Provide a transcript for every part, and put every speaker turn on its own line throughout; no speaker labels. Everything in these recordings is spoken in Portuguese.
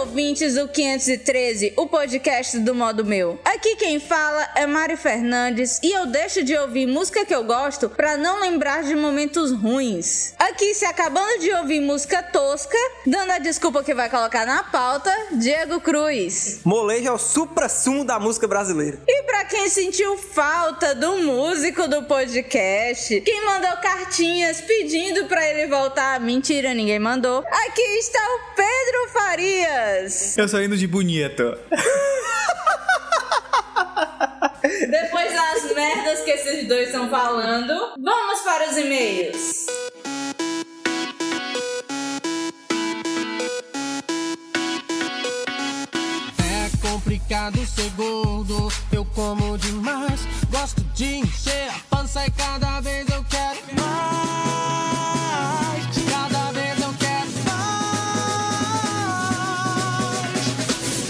ouvintes do 513, o podcast do modo meu. Aqui quem fala é Mari Fernandes e eu deixo de ouvir música que eu gosto pra não lembrar de momentos ruins. Aqui se acabando de ouvir música tosca, dando a desculpa que vai colocar na pauta, Diego Cruz.
Molejo é o supra-sumo da música brasileira.
E pra quem sentiu falta do músico do podcast, quem mandou cartinhas pedindo pra ele voltar, mentira, ninguém mandou. Aqui está o Pedro Farias.
Eu saindo de bonito.
Depois das merdas que esses dois estão falando, vamos para os e-mails.
É complicado ser gordo, eu como demais. Gosto de encher a pança e cada vez eu quero mais. Cada vez eu quero mais.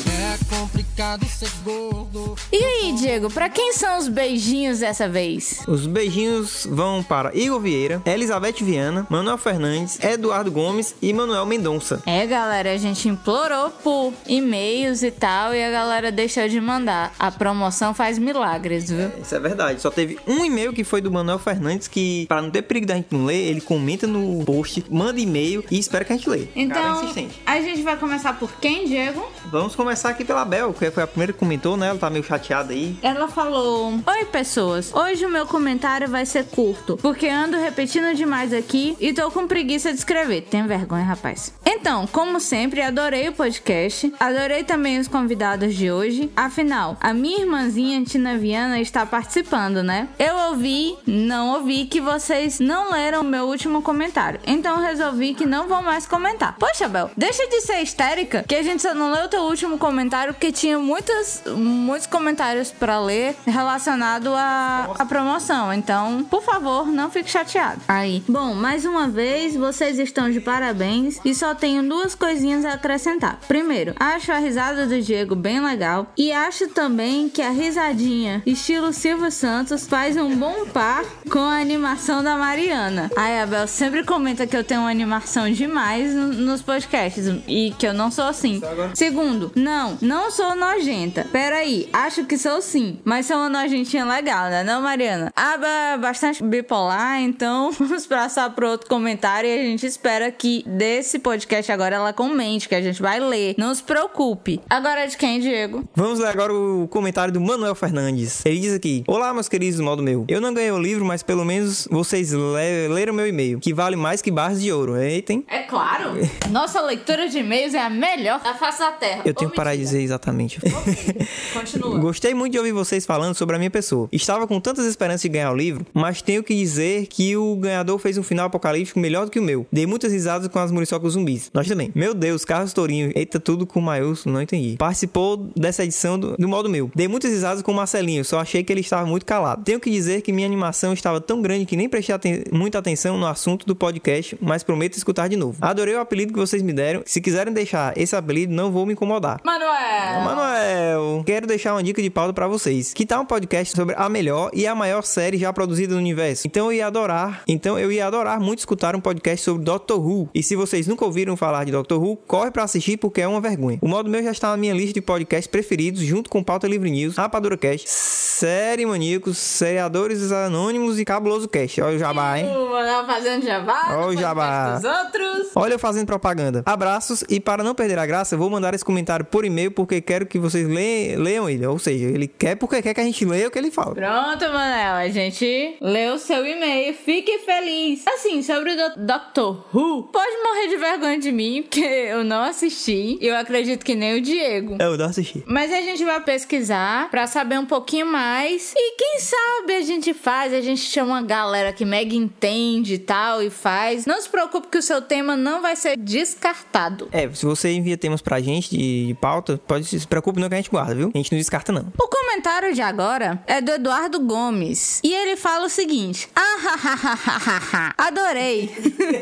É complicado ser gordo.
E aí, Diego, pra quem são os beijinhos dessa vez?
Os beijinhos vão para Igor Vieira, Elizabeth Viana, Manuel Fernandes, Eduardo Gomes e Manuel Mendonça.
É, galera, a gente implorou por e-mails e tal e a galera deixou de mandar. A promoção faz milagres, viu?
Isso é verdade. Só teve um e-mail que foi do Manuel Fernandes que, para não ter perigo da gente não ler, ele comenta no post, manda e-mail e espera que a gente lê. Cara é
Então,
insistente.
a gente vai começar por quem, Diego?
Vamos começar aqui pela Bel, que foi a primeira que comentou, né? Ela tá meio chateada aí.
Ela falou: Oi, pessoas. Hoje o meu comentário vai ser curto, porque ando repetindo demais aqui e tô com preguiça de escrever. Tem vergonha, rapaz. Então, como sempre, adorei o podcast. Adorei também os convidados de hoje. Afinal, a minha irmãzinha Tina Viana está participando, né? Eu ouvi, não ouvi que vocês não leram o meu último comentário. Então resolvi que não vou mais comentar. Poxa, Bel, deixa de ser histérica, que a gente só não leu o teu último comentário porque tinha muitas, muitos comentários pra ler relacionado à à promoção. Então, por favor, não fique chateado. Aí. Bom, mais uma vez, vocês estão de parabéns e só tenho duas coisinhas a acrescentar. Primeiro, acho a risada do Diego bem legal e acho também que a risadinha estilo Silvio Santos faz um bom par com a animação da Mariana. A Abel sempre comenta que eu tenho uma animação demais no- nos podcasts e que eu não sou assim. Segundo, não, não sou nojenta. Peraí, acho que sou sim, mas sou uma nojentinha legal, né, não, Mariana? Aba é bastante bipolar, então vamos passar pro outro comentário e a gente espera que desse podcast agora ela comente, que a gente vai ler. Não se preocupe. Agora é de quem, Diego?
Vamos ler agora o comentário do Manuel Fernandes. Ele diz aqui: Olá, meus queridos do modo meu. Eu não ganhei o livro, mas pelo menos vocês le- leram meu e-mail, que vale mais que barras de ouro. Eita, hein?
É claro. Nossa leitura de e-mails é a melhor da face da Terra.
Eu tenho que parar de dizer exatamente.
Continua.
Gostei muito de ouvir vocês falando sobre a minha pessoa. Estava com tantas esperanças de ganhar o livro, mas tenho que dizer que o ganhador fez um final apocalíptico melhor do que o meu. Dei muitas risadas com as muriçocas zumbis. Nós também. Meu Deus, Carlos Tourinho. Eita, tudo com maiúsculo, não entendi. Participou dessa edição do, do modo meu. Dei muitas risadas com o Marcelinho, só achei que ele estava muito calado. Tenho que dizer que minha animação estava tão grande que nem prestei aten- muita atenção no assunto do podcast, mas prometo escutar de novo. Adorei o apelido que vocês me deram. Se quiserem deixar esse apelido, não vou me incomodar.
Manuel.
Manoel, quero deixar uma dica de pauta pra vocês. Que tal um podcast sobre a melhor e a maior série já produzida no universo? Então eu ia adorar, então eu ia adorar muito escutar um podcast sobre Doctor Who. E se vocês nunca ouviram falar de Doctor Who, corre pra assistir porque é uma vergonha. O modo meu já está na minha lista de podcasts preferidos, junto com Pauta Livre News, Rapadura Cast, Série Maníacos, Seriadores Anônimos e Cabuloso Cast. Olha o jabá, hein?
O Manuel fazendo jabá.
Ó o
depois
jabá.
dos outros.
Olha eu fazendo propaganda. Abraços e para não perder a graça, vou mandar esse comentário por e-mail porque quero que vocês le- leiam ele. Ou seja, ele quer porque quer que a gente leia o que ele fala.
Pronto, Manel, a gente leu seu e-mail, fique feliz. Assim, sobre o do Doctor Who, pode morrer de vergonha de mim, porque eu não assisti, e eu acredito que nem o Diego.
É, Eu não assisti.
Mas a gente vai pesquisar pra saber um pouquinho mais. E quem sabe a gente faz, a gente chama uma galera que mega entende e tal e faz. Não se preocupe que o seu tema não vai ser descartado.
É, se você envia temas pra gente de, de pauta, pode se se preocupe não que a gente guarda, viu? A gente não descarta não.
O comentário de agora é do Eduardo Gomes. E ele fala o
é
seguinte: Ah, ha, ha, ha, ha, ha, ha. Adorei.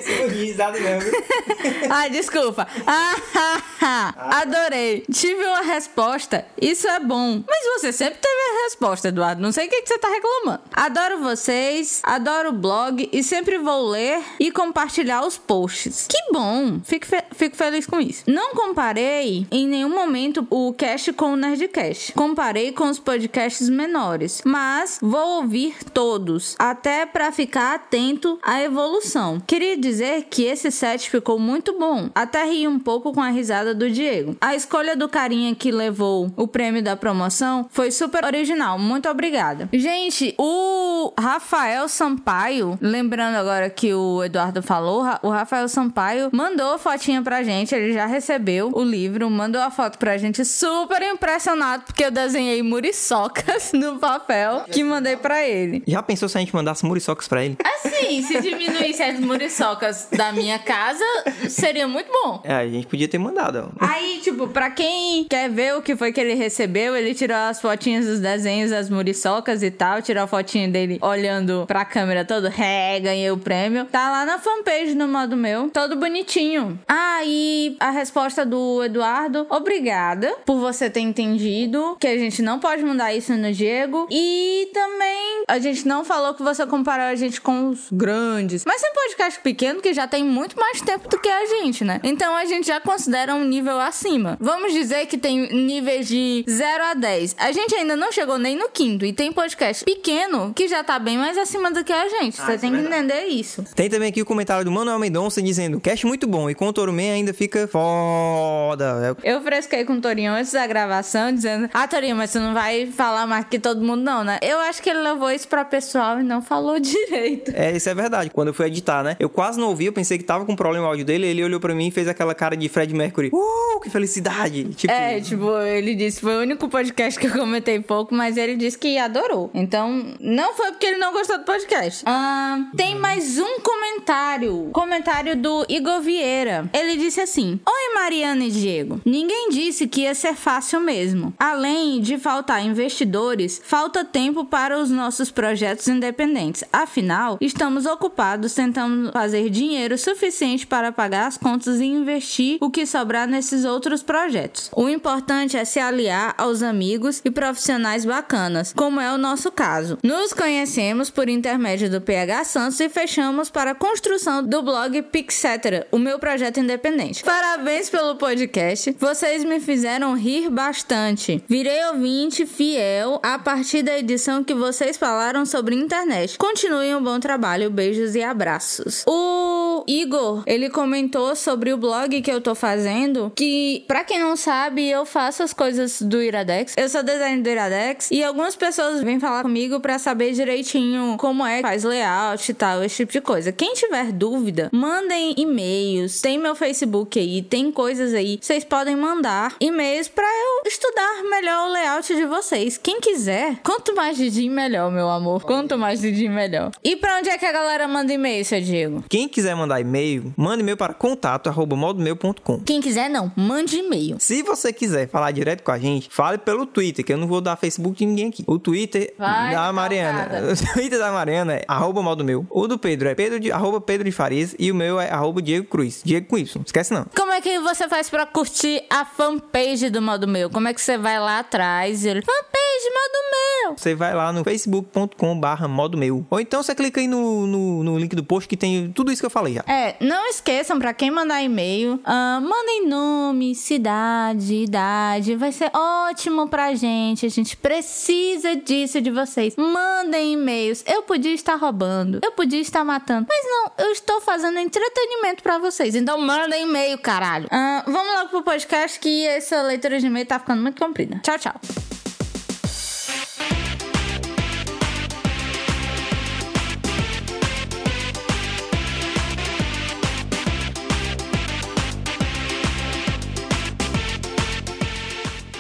Ah, desculpa. Ah, ha, ha. Adorei. Tive uma resposta. Isso é bom. Mas você sempre teve a resposta, Eduardo. Não sei o que, que você tá reclamando. Adoro vocês, adoro o blog e sempre vou ler e compartilhar os posts. Que bom. Fico, fe- fico feliz com isso. Não comparei em nenhum momento o cast com o Nerdcast. Comparei com os podcasts menores. Mas vou ouvir todos, até pra ficar atento à evolução. Queria dizer que esse set ficou muito bom. Até ri um pouco com a risada do Diego. A escolha do carinha que levou o prêmio da promoção foi super original. Muito obrigada. Gente, o Rafael Sampaio, lembrando agora que o Eduardo falou, Ra- o Rafael Sampaio mandou fotinha pra gente. Ele já recebeu o livro, mandou a foto pra gente, super impressionado, porque eu desenhei muriçocas no papel que mandei pra ele.
Já pensou se a gente mandasse muriçocas pra ele?
Assim, se diminuísse as muriçocas da minha casa, seria muito bom.
É, a gente podia ter mandado, ó.
Aí, tipo, pra quem quer ver o que foi que ele recebeu, ele tirou as fotinhas dos desenhos das muriçocas e tal, tirou a fotinha dele olhando pra câmera todo, é, ganhei o prêmio. Tá lá na fanpage no modo meu, todo bonitinho. Aí, a resposta do Eduardo, obrigada por você ter entendido que a gente não pode mudar isso no Diego. E também, a gente não falou que você comparou a gente com os grandes. Mas tem podcast pequeno que já tem muito mais tempo do que a gente, né? Então a gente já considera um nível acima. Vamos dizer que tem níveis de 0 a 10. A gente ainda não chegou nem no quinto. E tem podcast pequeno que já tá bem mais acima do que a gente. Você tem que entender isso.
Tem também aqui o comentário do Manuel Mendonça dizendo: Cast muito bom e com o Toruman ainda fica foda. É-
Eu fresquei com o Torinho antes da gravação, dizendo: Ah, Torinho, mas você não vai falar mais que todo mundo, não, né? Eu acho que ele levou isso pra pessoal e não falou direito.
É, isso é verdade. Quando eu fui editar, né? Eu quase não ouvi, eu pensei que tava com problema o áudio dele. Ele olhou pra mim e fez aquela cara de Fred Mercury. Uh, que felicidade! Tipo,
É, tipo, ele disse, foi o único podcast que eu comentei pouco, mas ele disse que adorou. Então, não foi porque ele não gostou do podcast. Ahn, tem mais um comentário. Comentário do Igor Vieira. Ele disse assim: Oi, Mariana e Diego. Ninguém disse que ia ser fácil mesmo. Além de faltar investidores, falta tempo para os nossos projetos independentes. Afinal, estamos ocupados tentando fazer dinheiro suficiente para pagar as contas e investir o que sobrar nesses outros projetos. O importante é se aliar aos amigos e profissionais bacanas, como é o nosso caso. Nos conhecemos por intermédio do PH Santos e fechamos para a construção do blog Pixetera, o meu projeto independente. Parabéns pelo podcast, vocês me fizeram rir bastante. Virei ouvinte fiel a partir da edição que vocês falaram sobre internet. Continuem um bom trabalho, beijos e abraços. O Igor, ele comentou sobre o blog que eu tô fazendo, que pra quem não sabe, eu faço as coisas do Iradex. Eu sou designer do Iradex e algumas pessoas vêm falar comigo pra saber direitinho como é, que faz layout e tal, esse tipo de coisa. Quem tiver dúvida, mandem e-mails, tem meu Facebook aí, tem coisas aí. Vocês podem mandar e-mails pra eu estudar melhor o layout de vocês. Quem quiser, quanto mais Didi, melhor, meu amor. Quanto mais Didi, melhor. E pra onde é que a galera manda e-mail, seu Diego?
Quem quiser mandar e-mail, manda e-mail para contato@modomeu.com.
Quem quiser, não. Mande e-mail.
Se você quiser falar direto com a gente, fale pelo Twitter, que eu não vou dar Facebook de ninguém aqui. O Twitter
Vai,
da Mariana.
calçada.
O Twitter da Mariana é arroba modo meu. O do Pedro é Pedro de, arroba Pedro de Farias e o meu é arroba Diego Cruz. Diego com Y. Esquece não.
Como é que você faz pra curtir a fanpage do Modo Meu? Como é que você vai lá atrás e ele... Fanpage Modo Meu!
Você vai lá no facebook.com barra modo meu. Ou então você clica aí no, no, no link do post que tem tudo isso que eu falei já.
É, não esqueçam, pra quem mandar e-mail, ah, mandem nome, cidade, idade. Vai ser ótimo pra gente. A gente precisa disso de vocês. Mandem e-mails. Eu podia estar roubando, eu podia estar matando. Mas não, eu estou fazendo entretenimento pra vocês. Então mandem e-mail, caralho. Ah, vamos logo pro podcast que essa leitura de e-mail tá ficando muito comprida. Tchau, tchau.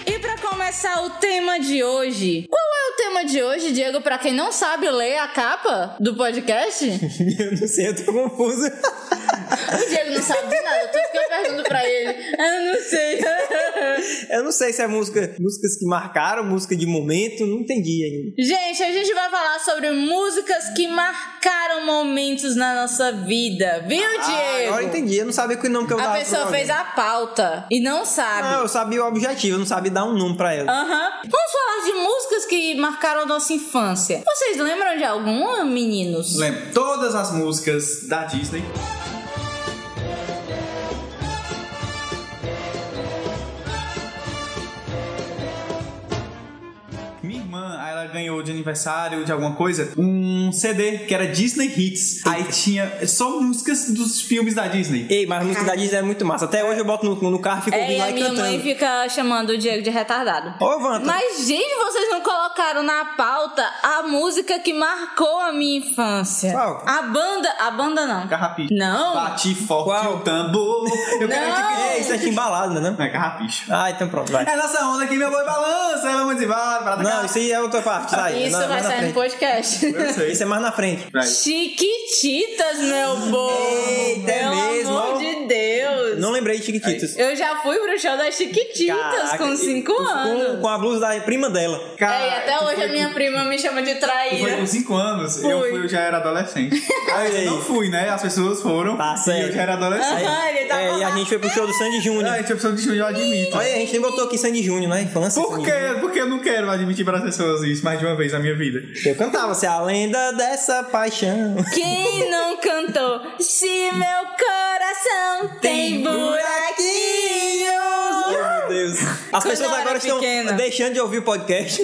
E pra começar o tema de hoje,
Qual é o tema de hoje, Diego? Pra quem não sabe ler a capa do podcast, o
eu não sei, eu tô confuso.
Diego não sabe de nada. Tudo que eu pergunto pra ele, eu não sei.
Eu não sei se é música, músicas que marcaram, música de momento, não entendi ainda.
Gente, a gente vai falar sobre músicas que marcaram momentos na nossa vida, viu,
Ah,
Diego?
agora entendi, eu não sabia que nome que eu
A
dava pro
pessoa
programa.
fez a pauta e não
Não,
sabe.
eu sabia o objetivo, eu não sabia dar um nome pra ela.
Aham. Vamos falar de músicas que marcaram a nossa infância. Vocês lembram de alguma, meninos?
Lembro todas as músicas da Disney. Minha irmã, aí ela ganhou de aniversário de alguma coisa um CD que era Disney Hits. Aí tinha só músicas dos filmes da Disney.
Ei, mas a música da Disney é muito massa. Até hoje eu boto no, no carro e fico
É,
ouvindo
e
lá
a
e
minha
cantando.
mãe fica chamando o Diego de retardado.
Ô, Vanta.
Mas, gente, vocês não colocaram na pauta a música que marcou a minha infância.
Qual?
A banda. A banda não.
Carrapicho.
Não.
Bati forte
Qual?
o tambor. Eu quero te pedir.
É, isso é embalado, né?
Não é carrapicho.
Ah, então pronto, vai.
É nessa onda que meu boi balança. Aí vamos embora. pra cá.
Não, isso aí é outra parte, sai.
Isso
Não, é
vai
mais na
sair no
frente.
podcast.
Eu sei.
Isso é mais na frente.
Vai.
Chiquititas, meu bom.
Eita, é
Pelo
mesmo, ó.
amor de Deus.
Não lembrei de Chiquititas.
Eu já fui pro show das Chiquititas
Caraca,
com
e-
5
com-
anos.
Com a blusa da prima dela.
Cara,
É, e até
tu
hoje
foi
a minha prima me chama de
Foi com
traíra.
5 anos, eu,
Fui.
fui, eu já era adolescente.
Olha aí.
Eu não fui, né? As pessoas foram.
Tá
e
certo.
eu já era adolescente.
Aham, ele tava
É, e a
lá.
gente foi pro show do Sandy
Ah,
Júnior.
a gente opção de Júnior, eu admito.
Olha, a gente nem botou aqui Sandy Júnior na infância.
Por
Sandy
quê? Porque eu não quero admitir para as pessoas isso mais de uma vez na minha vida.
Júnior. Eu cantava, você é a lenda dessa paixão.
Quem não cantou? Se meu coração tem buraquinhos.
Meu Deus. As
eu
pessoas
era
agora estão
pequena.
deixando de ouvir o podcast.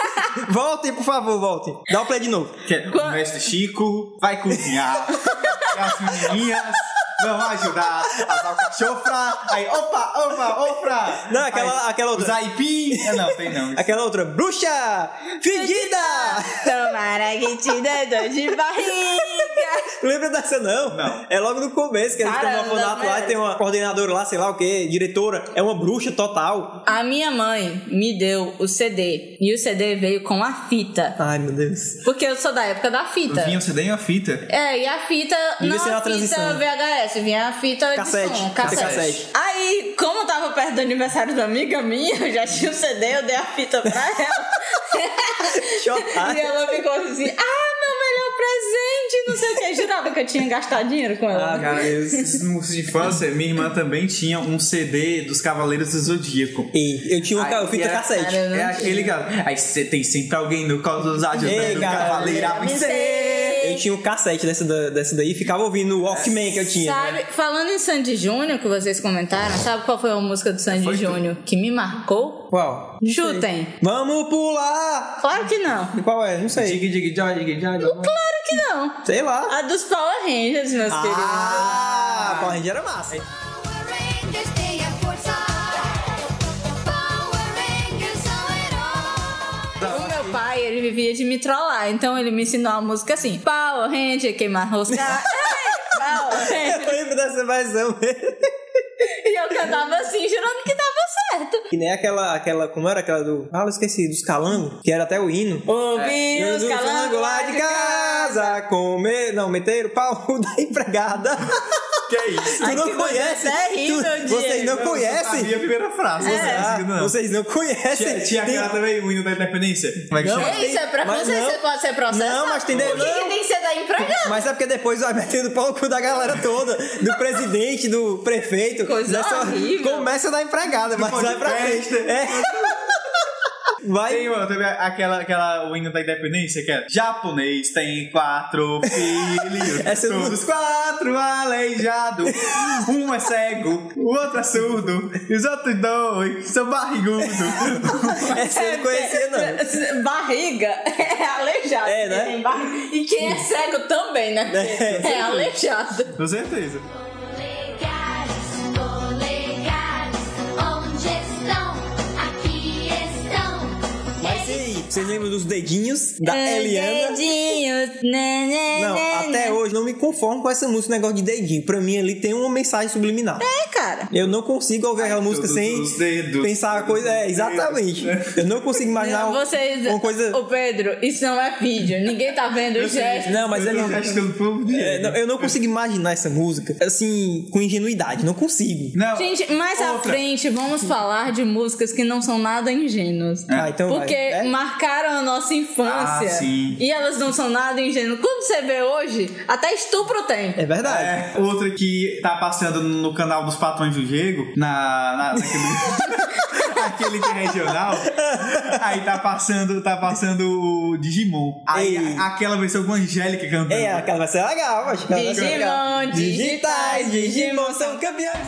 voltem, por favor, voltem. Dá o play de novo.
Quer- O mestre Chico vai cozinhar. E as menininhas vão ajudar a dar o cachofra. Aí, opa, opa, opa.
Não, aquela-
Aí,
aquela outra.
Os aipim. Ah, não, tem não.
Aquela outra, bruxa! Fedida!
Tomara que te dê dor de barriga.
Lembra dessa não?
Não.
É logo no começo que a gente tá no
Caramba,
orfanato lá e
né?
tem uma coordenadora lá, sei lá o que, diretora. É uma bruxa total.
A minha mãe me deu o CD. E o CD veio com a fita.
Ai, meu Deus.
Porque eu sou da época da fita.
Vinha o CD e uma fita.
É, e a fita,
Devia
não
ser na
a fita
é transição.
VHS, vinha a fita
Cassete,
de som,
fita
cassete.
cassete.
Aí, como eu tava perto do aniversário da amiga minha, eu já tinha o CD, eu dei a fita pra ela.
Que otário.
e ela ficou assim, ah, meu melhor presente, não sei o que. Jurava que eu tinha gastado dinheiro com ela.
Ah, meu
Cara,
Deus.
esses músicos de infância, minha irmã também tinha um CD dos Cavaleiros do Zodíaco.
E eu tinha um
Ai,
ca- fita
era-
cassete.
cara, Eu não
É aquele cara. Aí você tem sempre alguém no colo dos
Ei,
ajudando o
cara.
cavaleiro a vencer.
Eu tinha um cassete dessa, da- dessa daí e ficava ouvindo o Walkman que eu tinha. né?
Sabe, falando em Sandy Júnior, que vocês comentaram, sabe qual foi a música do Sandy
Foi tu.
Júnior que me marcou?
Qual?
Chutem.
Vamos pular!
Claro que não.
E qual é? Não sei.
Dig, dig, jog, dig, jog.
Claro que não.
Sei lá.
A dos Power Rangers, meus queridos.
Ah, Power Ranger era massa.
Power Rangers tem a força. Power Rangers são heróis.
O meu pai, ele vivia de me trollar, então ele me ensinou a música assim: Power Ranger, queimar rosca. Ei, Power Ranger.
Eu lembro dessa versão mesmo.
E eu cantava assim, jurando que dava certo.
Que nem aquela, aquela, como era aquela do. Ah, eu esqueci, dos calangos, que era até o hino.
Ouvi os
Os calangos
calangos
lá de casa, comer. Não, meter o pau da empregada.
Que é isso?
tu
Ai,
não
que você
conhece?
é terrível,
tu, vocês não
Diego.
Eu sabia
conhecem?
a primeira frase. não
Ah,
sabia, não.
Vocês não conhecem?
Tinha, tinha
Tem-
aquela também, o hino da independência. Como é que
Não,
chama?
Isso é pra
Mas
você,
não.
você pode ser processado.
Não, mas tem de-
Por que, que
não.
tem que ser da empregada?
Mas é porque depois vai metendo pau no cu da galera toda, do presidente, do prefeito.
Coisa
Dessa-
horrível.
Começa da empregada, mas
pão de
vai pra frente.
festa.
É. Vai.
Tem, mano, também aquela, aquela, o hino da independência que é Japonês tem quatro filhos
Essa eu não-
Todos quatro aleijados Um é cego, o outro é surdo E os outros dois são barrigudos
Essa eu não conhecia, É não.
É, Barriga é aleijado.
É, né?
Tem barriga. E quem é cego também, né?
É.
É, aleijado.
Com certeza
Colegas, colegas, onde estão? Aqui estão.
Mas e aí? Vocês lembram dos dedinhos da
É,
Eliana?
Dedinhos, né, né,
Não,
né, né.
até hoje não me conformo com essa música, negócio de dedinho. Pra mim ali tem uma mensagem subliminar.
É, cara.
Eu não consigo ouvir aquela música
todos
sem
os dedos,
pensar a
todos
coisa. É,
os
exatamente. Eu não consigo imaginar um-
Vocês,
uma coisa.
Ô Pedro, isso não é vídeo. Ninguém tá vendo o gesto.
Não, mas
eu
ele.
tô gastando todo o
É,
dinheiro.
não, eu não consigo imaginar essa música assim, com ingenuidade. Não consigo.
Não.
Gente, mais à
outra.
frente vamos falar de músicas que não são nada ingênuas.
Ah, então vai.
Porque
É?
marcaram a nossa infância.
Ah, sim.
E elas não são nada ingênuas. Quando você vê hoje, até estupro tem.
É verdade.
É, outra que tá passando no canal dos Patrões do Diego, na, na- naquele, aquele que é regional, aí tá passando, tá passando o Digimon. Aí
Ei.
a- aquela versão com a Angélica cantando.
É, aquela vai ser legal, acho que ela vai ser
Digimon,
legal.
digitais,
Digimon são campeões.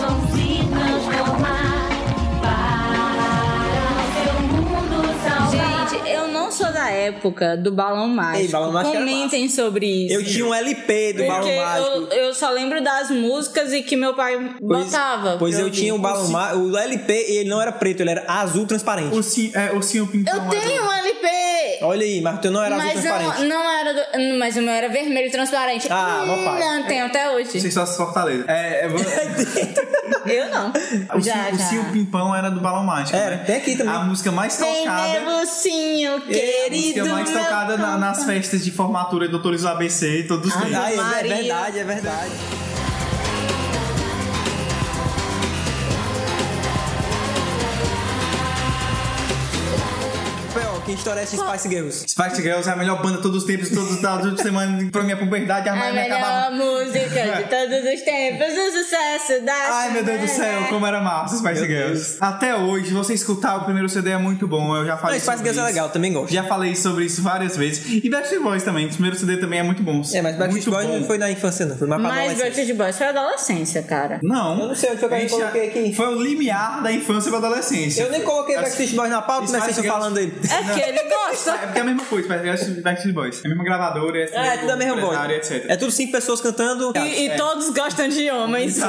Vão se transformar para o seu mundo salvar.
Gente, eu não sou da época do balão mágico.
Ei, balão mágico era
Comentem sobre isso.
Eu tinha um LP do
Porque
Balão Mágico.
eu, eu só lembro das músicas e que meu pai
Pois-
botava.
Pois
pra
eu
ouvir.
tinha um balão mágico. O LP, ele não era preto, ele era azul transparente.
O Sim, é, o Sim Pintão.
Eu
é
tenho
do-
um LP!
Olha aí, mas o teu não era azul
Mas
transparente.
não, não era do, Mas o meu era vermelho transparente.
Ah,
Hum,
meu pai.
Não, tenho até hoje.
Vocês só se fortaleza. É, é,
Eu não.
o,
já,
Sim, o
já.
Sim Pimpão era do Balão Mágico.
Era,
né?
tem aqui também.
A música mais
Vem,
tocada.
Nebucinho,
É, a música
querido.
mais
meu
tocada na- nas festas de formatura do Doutores do ABC e todos os tempos.
Ah, é
Maria.
verdade, é verdade. Pel, Que história é essa de Spice Girls?
Spice Girls é a melhor banda de todos os tempos, todos os dados de semana pra minha puberdade, a
A
Maia me
melhor
acabava.
música de todos os tempos, o sucesso da
Ai meu Deus do céu,
semana.
como era massa Spice Girls. Até hoje, você escutar o primeiro CD é muito bom, eu já falei
Não, Spice
sobre
Girls é
isso.
legal, também gosto.
Já falei sobre isso várias vezes. E Backstreet Boys também, o primeiro CD também é muito bom.
É, mas Backstreet
muito
Boys
bom.
não foi na infância, não. Foi mais pra
Mas
adolescência.
Backstreet Boys foi adolescência, cara.
Não.
Eu não sei onde foi que eu
Gente,
coloquei aqui.
Foi o limiar da infância pra adolescência.
Eu nem coloquei
As-
Backstreet Boys na pauta, mas
Spice
vocês estão falando
Girls-
dele.
É que ele gosta.
É porque é a mesma coisa, Spice Girls e Backstreet Boys. É a mesma gravadora, é,
É, é tudo a mesma
empresário,
coisa.
etc.
É tudo cinco pessoas cantando.
É,
E, e todos gostam de homens.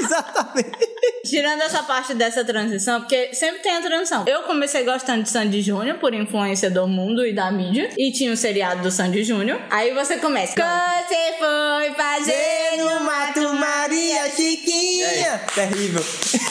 Exatamente.
Tirando essa parte dessa transição, porque sempre tem a transição. Eu comecei gostando de Sandy Júnior por influência do mundo e da mídia. E tinha o seriado do Sandy Júnior. Aí você começa. Você foi fazer no mato
Maria Chiquinha. Terrível.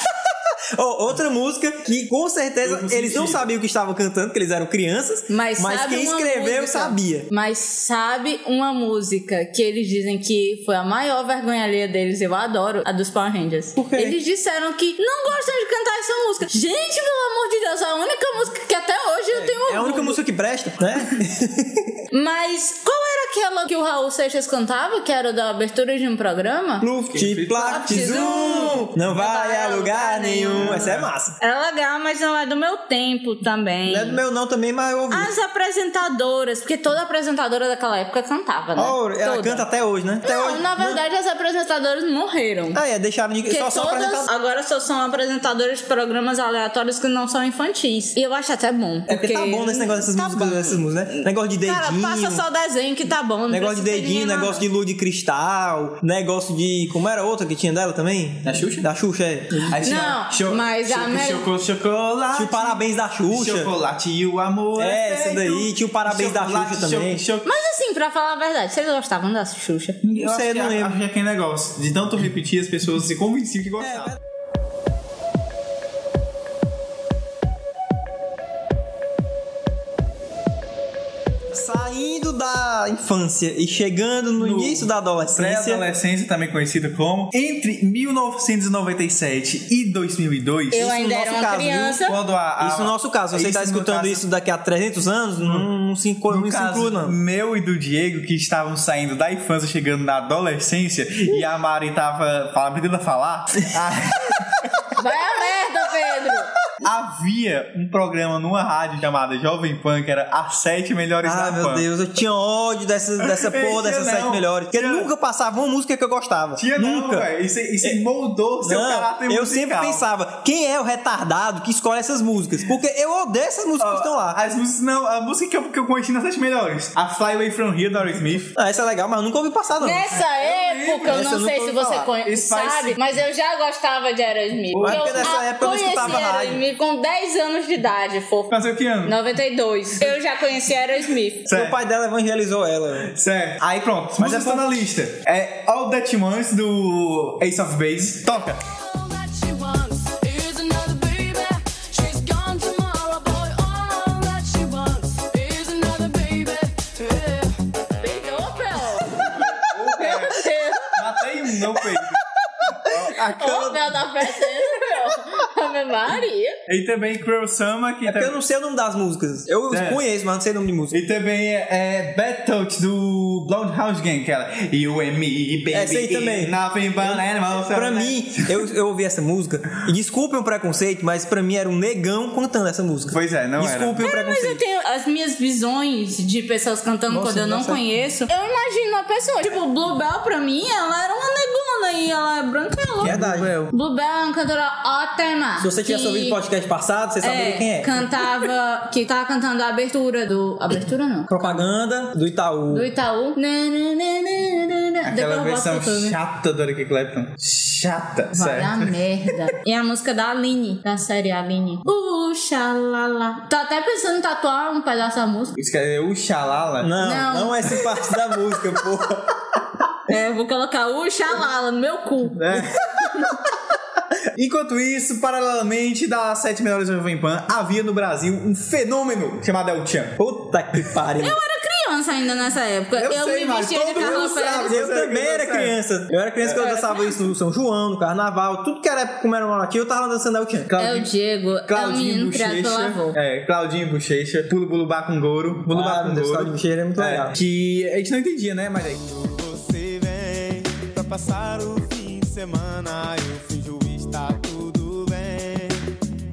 Oh, outra música que com certeza
Eu não
eles não
senti.
sabiam que estavam cantando, porque eles eram crianças,
Mas, sabe
quem
uma
escreveu
música-
sabia.
Mas sabe uma música que eles dizem que foi a maior vergonha alheia deles? Eu adoro, a dos Power Rangers. Por
quê?
Eles disseram que não gostam de cantar essa música. Gente, pelo amor de Deus, é a única música que até hoje eu tenho
É a única
orgulho.
música que presta, né?
Mas qual era aquela que o Raul Seixas cantava, que era da abertura de um programa?
Luft, plaft, zoom. Não vai a lugar nenhum. Essa é massa.
Era legal, mas não é do meu tempo também.
Não é do meu não também, mas eu ouvi.
As apresentadoras, porque toda apresentadora daquela época cantava, né?
Oh, ela
Toda.
canta até hoje, né? Até
não,
hoje.
na verdade as apresentadoras morreram.
Ah, é, deixaram de.
Porque
Só só
todas
apresentar.
agora só são apresentadoras de programas aleatórios que não são infantis. E eu acho até bom.
É porque tá bom nesse negócio dessas
Tá
músicas,
bom.
dessas músicas, né? Negócio de dedinho.
Cara, passa só desenho que tá bom. não
Negócio de
precisa
dedinho,
ninguém
negócio de lua de cristal, negócio de. Como era a outra que tinha dela também? Da Xuxa? Da Xuxa, é.
Aí tinha
Não,
cho-
mas a
cho-
me-
choco- chocolate.
Tinha o parabéns da Xuxa.
Chocolate e o amor.
É,
feito.
essa daí, tinha o parabéns da
Chocolate,
Xuxa também.
cho- cho-
Mas assim, pra falar a verdade, vocês gostavam da Xuxa?
Eu
Não sei,
acho que
não
a-
lembro.
Acho que é aquele negócio. De tanto repetir, as pessoas se convenciam que
É,
gostavam.
Saindo da infância e chegando no,
No
início da adolescência.
Pré-adolescência, também conhecida como. Entre 1997 e 2002.
Eu
no
ainda era
nosso
uma
caso, viu?
criança.
Quando a, a-
Isso no nosso caso, você
Ah, isso
está
no
escutando
caso- Hum.
isso daqui a 300 anos, não, não se, inco-
No
não se
caso
inclui, não.
meu e do Diego, que estavam saindo da infância, chegando na adolescência, e a Mari tava fala- aprendendo a falar,
Vai a merda, Pedro!
havia um programa numa rádio chamada Jovem Pan, que era As Sete Melhores
Ah,
da
meu
Pan.
Deus, eu tinha ódio dessa, dessa porra,
Tinha
dessas sete
não.
melhores. Porque
Tinha-
nunca passava uma música que eu gostava.
Tinha não,
nunca.
velho. Isso, isso moldou seu
Não,
caráter
eu
musical.
sempre pensava, quem é o retardado que escolhe essas músicas? Porque eu odeio essas músicas que estão lá.
As músicas, não, a música que eu, que eu conheci nas sete melhores. A Fly Away From Here, da Aerosmith.
Ah, essa é legal, mas nunca ouvi passar, não.
Nessa época, eu
Essa eu
não
nunca
sei se
ouvi
você
falar.
conhe-
Spice-
sabe, mas eu já gostava de Aerosmith.
Mas
eu
porque nessa
a-
época eu não
conheci
escutava rádio.
Aerosmith com 10 anos de idade, fofo.
Nasceu que ano?
92. Eu já conheci Aerosmith.
Meu pai dela evangelizou ela.
Certo. Aí pronto, mas está na lista. É All That Months do Ace of Base. Toca.
All that she wants is another baby. She's gone tomorrow, boy. All that she wants is another baby. oh,
Matei um, não foi. A
Ô,
cama.
meu, tá parecendo, meu. A minha Maria.
E também Cruel Summer, que
É porque eu
também...
não sei o nome das músicas. Eu
É.
conheço, mas não sei o nome de música.
E também é, é Bad Touch do Blonde House Gang, aquela. You and me, baby.
Essa aí É, também.
Nothing but animals.
Pra mim, eu, eu ouvi essa música. E desculpem o preconceito, mas pra mim era um negão cantando essa música.
Pois é, não era.
Desculpem o
Mas eu
preconceito.
tenho as minhas visões de pessoas cantando
Nossa,
quando eu não
nossa.
conheço. Eu imagino a pessoa. Tipo, Bluebell pra mim, ela era uma negona e ela é branca e louca.
Verdade.
Bluebell é uma cantora ótima.
Se você tivesse
que-
ouvido o podcast passado, você saberia
é,
quem é.
Cantava. Que tava cantando a abertura do. Abertura não.
Propaganda do Itaú.
Do Itaú. Na, na, na, na, na, na. Depois
Aquela
eu boto
versão
pro
né?
YouTube.
chata do Eric Clapton. Chata,
Vai
sério.
dar merda. E a música da Aline, da série Aline. Uh, xalala. Tô até pensando em tatuar um pedaço da música.
Isso quer dizer, o Xalala.
Não,
Não.
não, é essa parte da música, porra.
É, eu vou colocar o xalala no meu cu.
Enquanto isso, paralelamente das sete melhores da Jovem Pan, havia no Brasil um fenômeno chamado El Chan.
Puta que pariu.
Eu era criança ainda nessa época. Eu,
sei,
me
mas
vestia de
todo mundo
Carla
sabe.
Pérez.
Eu também era criança. Eu era criança
É.
quando eu dançava isso no São João, no carnaval, tudo que era como era moratinho, eu tava lá dançando El Chan.
É o Diego, é um menino criado pelo avô.
É, Claudinho Bochecha, Pulo Bulu Bacungoro, Bulu
Ah, meu Deus,
Bacungoro.
Claudinho Bochecha é muito legal.
Que a gente não entendia, né? Mas aí.
Você vem pra passar o fim de semana. Eu finjo estar tudo bem.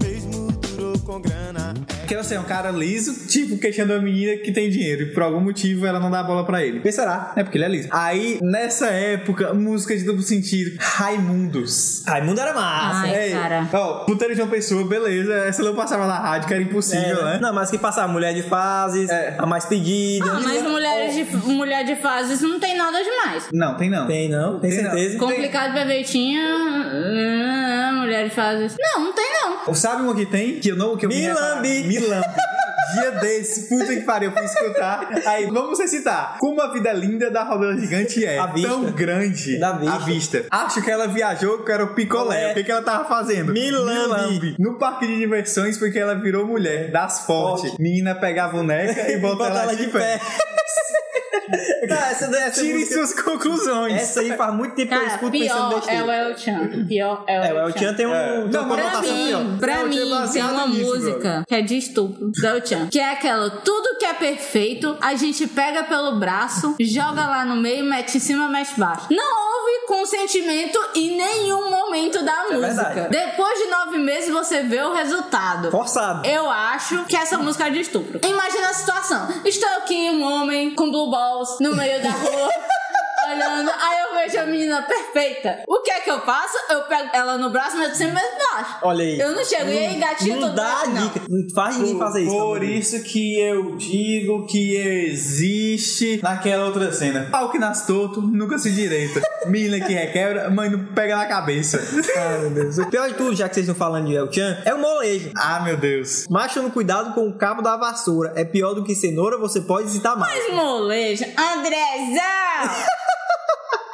Mesmo durou com grana.
Porque você é um cara liso, tipo, queixando uma menina que tem dinheiro. E por algum motivo ela não dá bola pra ele.
Quem será?
É porque ele é liso. Aí, nessa época, música de duplo sentido, Raimundos.
Raimundo era massa. é
Ai,
Ei,
cara.
Ó, puteiro de uma pessoa, beleza. Essa não passava na rádio, que era impossível,
É,
né?
né? Não, mas que passar mulher de fases,
É.
a mais pedida.
Ah, mas mulheres de, mulher de fases não tem nada demais.
Não, tem não.
Tem não? Tem,
Tem não.
certeza?
Complicado pra Betinha, ah, mulher de fases. Não, não tem não.
Sabe uma que tem? Que eu não. Que eu me
Milambi.
reparar? Milambi. Dia desse, puta que pariu, eu fui escutar. Aí, vamos recitar. Como a vida linda da Roberta Gigante é
À vista.
tão grande
Da
à vista. Acho que ela viajou, que era o
Picolé.
picolé. O que, que ela tava fazendo?
Milambi.
No parque de diversões, porque ela virou mulher das fortes.
Forte.
Menina pega a boneca e bota ela, de pé.
Não, Tá, essa, essa
Tire
música-
suas conclusões.
Essa aí faz muito tempo que eu
Cara,
escuto pensando
pior
nesse
é o El Chan. Pior é o
É, o
El
El
Chan.
Chan tem um,
É.
tem
Não,
uma
mas-
Pra
conotação pior.
mim, pra
Eu tinha
mim tem
é baseado
uma
nisso,
música
brother.
que é de estupro, da El Chan, que é aquela, tudo que é perfeito, a gente pega pelo braço, joga lá no meio, mete em cima, mete baixo. Não houve consentimento em nenhum momento da
É
música.
verdade.
Depois de nove meses, você vê o resultado.
Forçado.
Eu acho que essa música é de estupro. Imagina a situação. Estou aqui, um homem com blue balls no meio da rua. Olhando, aí eu vejo a menina perfeita. O que é que eu faço? Eu pego ela no braço, mas sempre mais baixo.
Olha aí.
Eu não chego, e aí, gatinho,
Não
tô
dá
doido, não.
dica. Não faz ninguém fazer isso.
Por
pelo amor de Deus.
isso que eu digo que existe naquela outra cena. Pau que nasce torto, nunca se direita. Mina que requebra, mãe não pega na cabeça.
Ai, meu Deus. O pior de tudo, já que vocês estão falando de El Chan, é o molejo.
ah, meu Deus.
Mas tomando cuidado com o cabo da vassoura. É pior do que cenoura, você pode citar mais.
Mas molejo, Andrezão!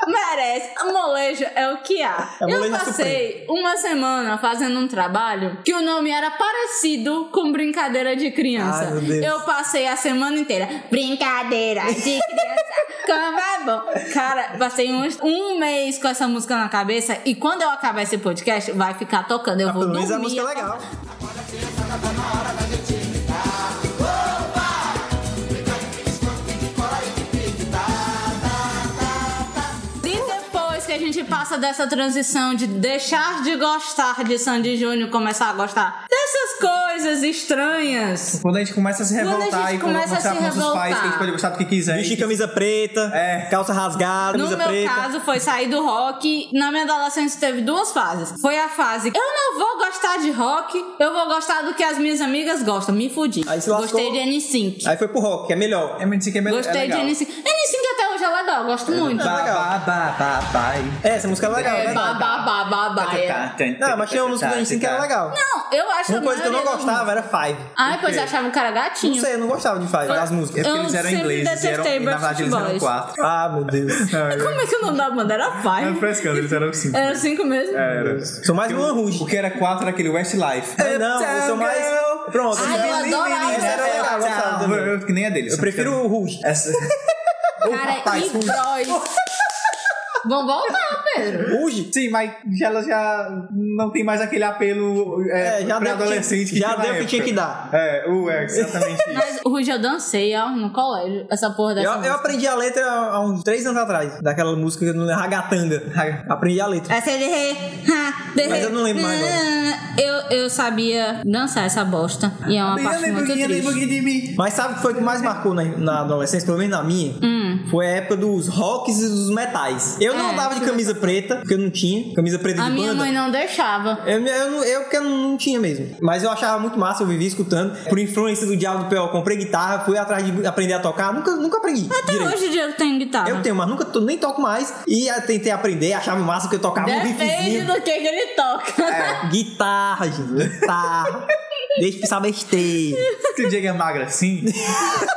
Merece. Molejo é o que há.
É
Eu
molejo
passei uma semana fazendo um trabalho que o nome era parecido com brincadeira de criança.
Ai, meu Deus.
Eu passei a semana inteira. Brincadeira de criança. Como é bom. Cara, passei uns, um mês com essa música na cabeça e quando eu acabar esse podcast, vai ficar tocando. Eu vou
Pelo menos
dormir.
a música é legal.
E depois que a gente passa dessa transição de deixar de gostar de Sandy Júnior e começar a gostar dessas coisas estranhas.
Quando a gente começa a se
Quando a
revoltar
gente
e quando
começa a
mostrar
se
pros nossos
revoltar.
pais que a gente pode gostar do que quiser.
Vestir camisa preta,
É.
calça rasgada,
No
camisa
meu
preta.
caso, foi sair do rock. Na minha adolescência teve duas fases. Foi a fase, eu não vou gostar de rock, eu vou gostar do que as minhas amigas gostam. Me fudi.
Aí se lascou.
Gostei de N5.
Aí foi pro rock, que é melhor.
É, mas isso aqui é melhor.
Gostei
é
de
legal.
N5. N5 até hoje é legal, eu gosto muito.
Tá legal.
Ba, ba, ba, bai.
É, essa música é legal,
É,
né?
ba, ba, ba, ba,
Tá,
ba, é.
Não, mas tinha uma música do Ensign que era legal.
Não, eu acho
Uma
a
coisa que eu não
maioria das
gostava era Five.
Ai, pois eu achava o cara gatinho.
Não sei, eu não gostava de Five, das
É
músicas.
porque
Eu
eles eram
sempre
ingleses e, eram, e na verdade eles eram
detestei
quatro.
Ah, meu Deus.
Como é que o nome da banda era
Não
Five?
frescando, eles eram
É,
cinco.
Era cinco mesmo?
Era.
Sou mais Mulan Rouge.
O que era quatro era aquele Westlife.
Mas É, não, eu sou mais. Pronto,
Ai, eu adorava
Era
essa
legal,
banda.
gostava
Eu-
também.
É, eu- Que nem é deles.
Eu prefiro o Rouge.
Essa...
Cara,
um-
e Croix. Vão voltar, Pedro.
Rouge?
Sim, mas já, ela já não tem mais aquele apelo é,
É, já deu o que
pré-adolescente
tinha- já
tinha
deu
na
o que tinha que
época.
dar.
É, o é, exatamente isso.
Mas o Ruge eu dancei ó, no colégio, essa porra
Eu,
dessa
eu
música.
aprendi a letra há uns três anos atrás, daquela música que eu não lembro, Ragatanga. Aprendi a letra.
Essa é de re, ha, de
Mas
re,
eu não lembro mais
na, na. Eu, eu sabia dançar essa bosta. E é uma parte muito triste.
de mim.
Mas sabe o que foi que mais marcou na, na adolescência, pelo menos na minha? Foi a época dos rocks e dos metais. Eu não
Hum. É,
andava de camisa preta, porque eu não tinha. Camisa preta
A
de
minha
banda.
mãe não deixava.
Eu, eu, não- eu porque eu não tinha mesmo. Mas eu achava muito massa, eu vivia escutando. Por influência do Diabo do P.O., comprei guitarra, fui atrás de aprender a tocar. Nunca, nunca aprendi.
Até
direito.
hoje o Diego tem guitarra.
Eu tenho, mas nunca to- nem toco mais. E eu tentei aprender, achava massa que eu tocava um
Depende
riffzinho. É,
do que, que ele toca.
Guitarra, gente, guitarra. Deixa eu pensar besteira.
Que o Diego é magro assim.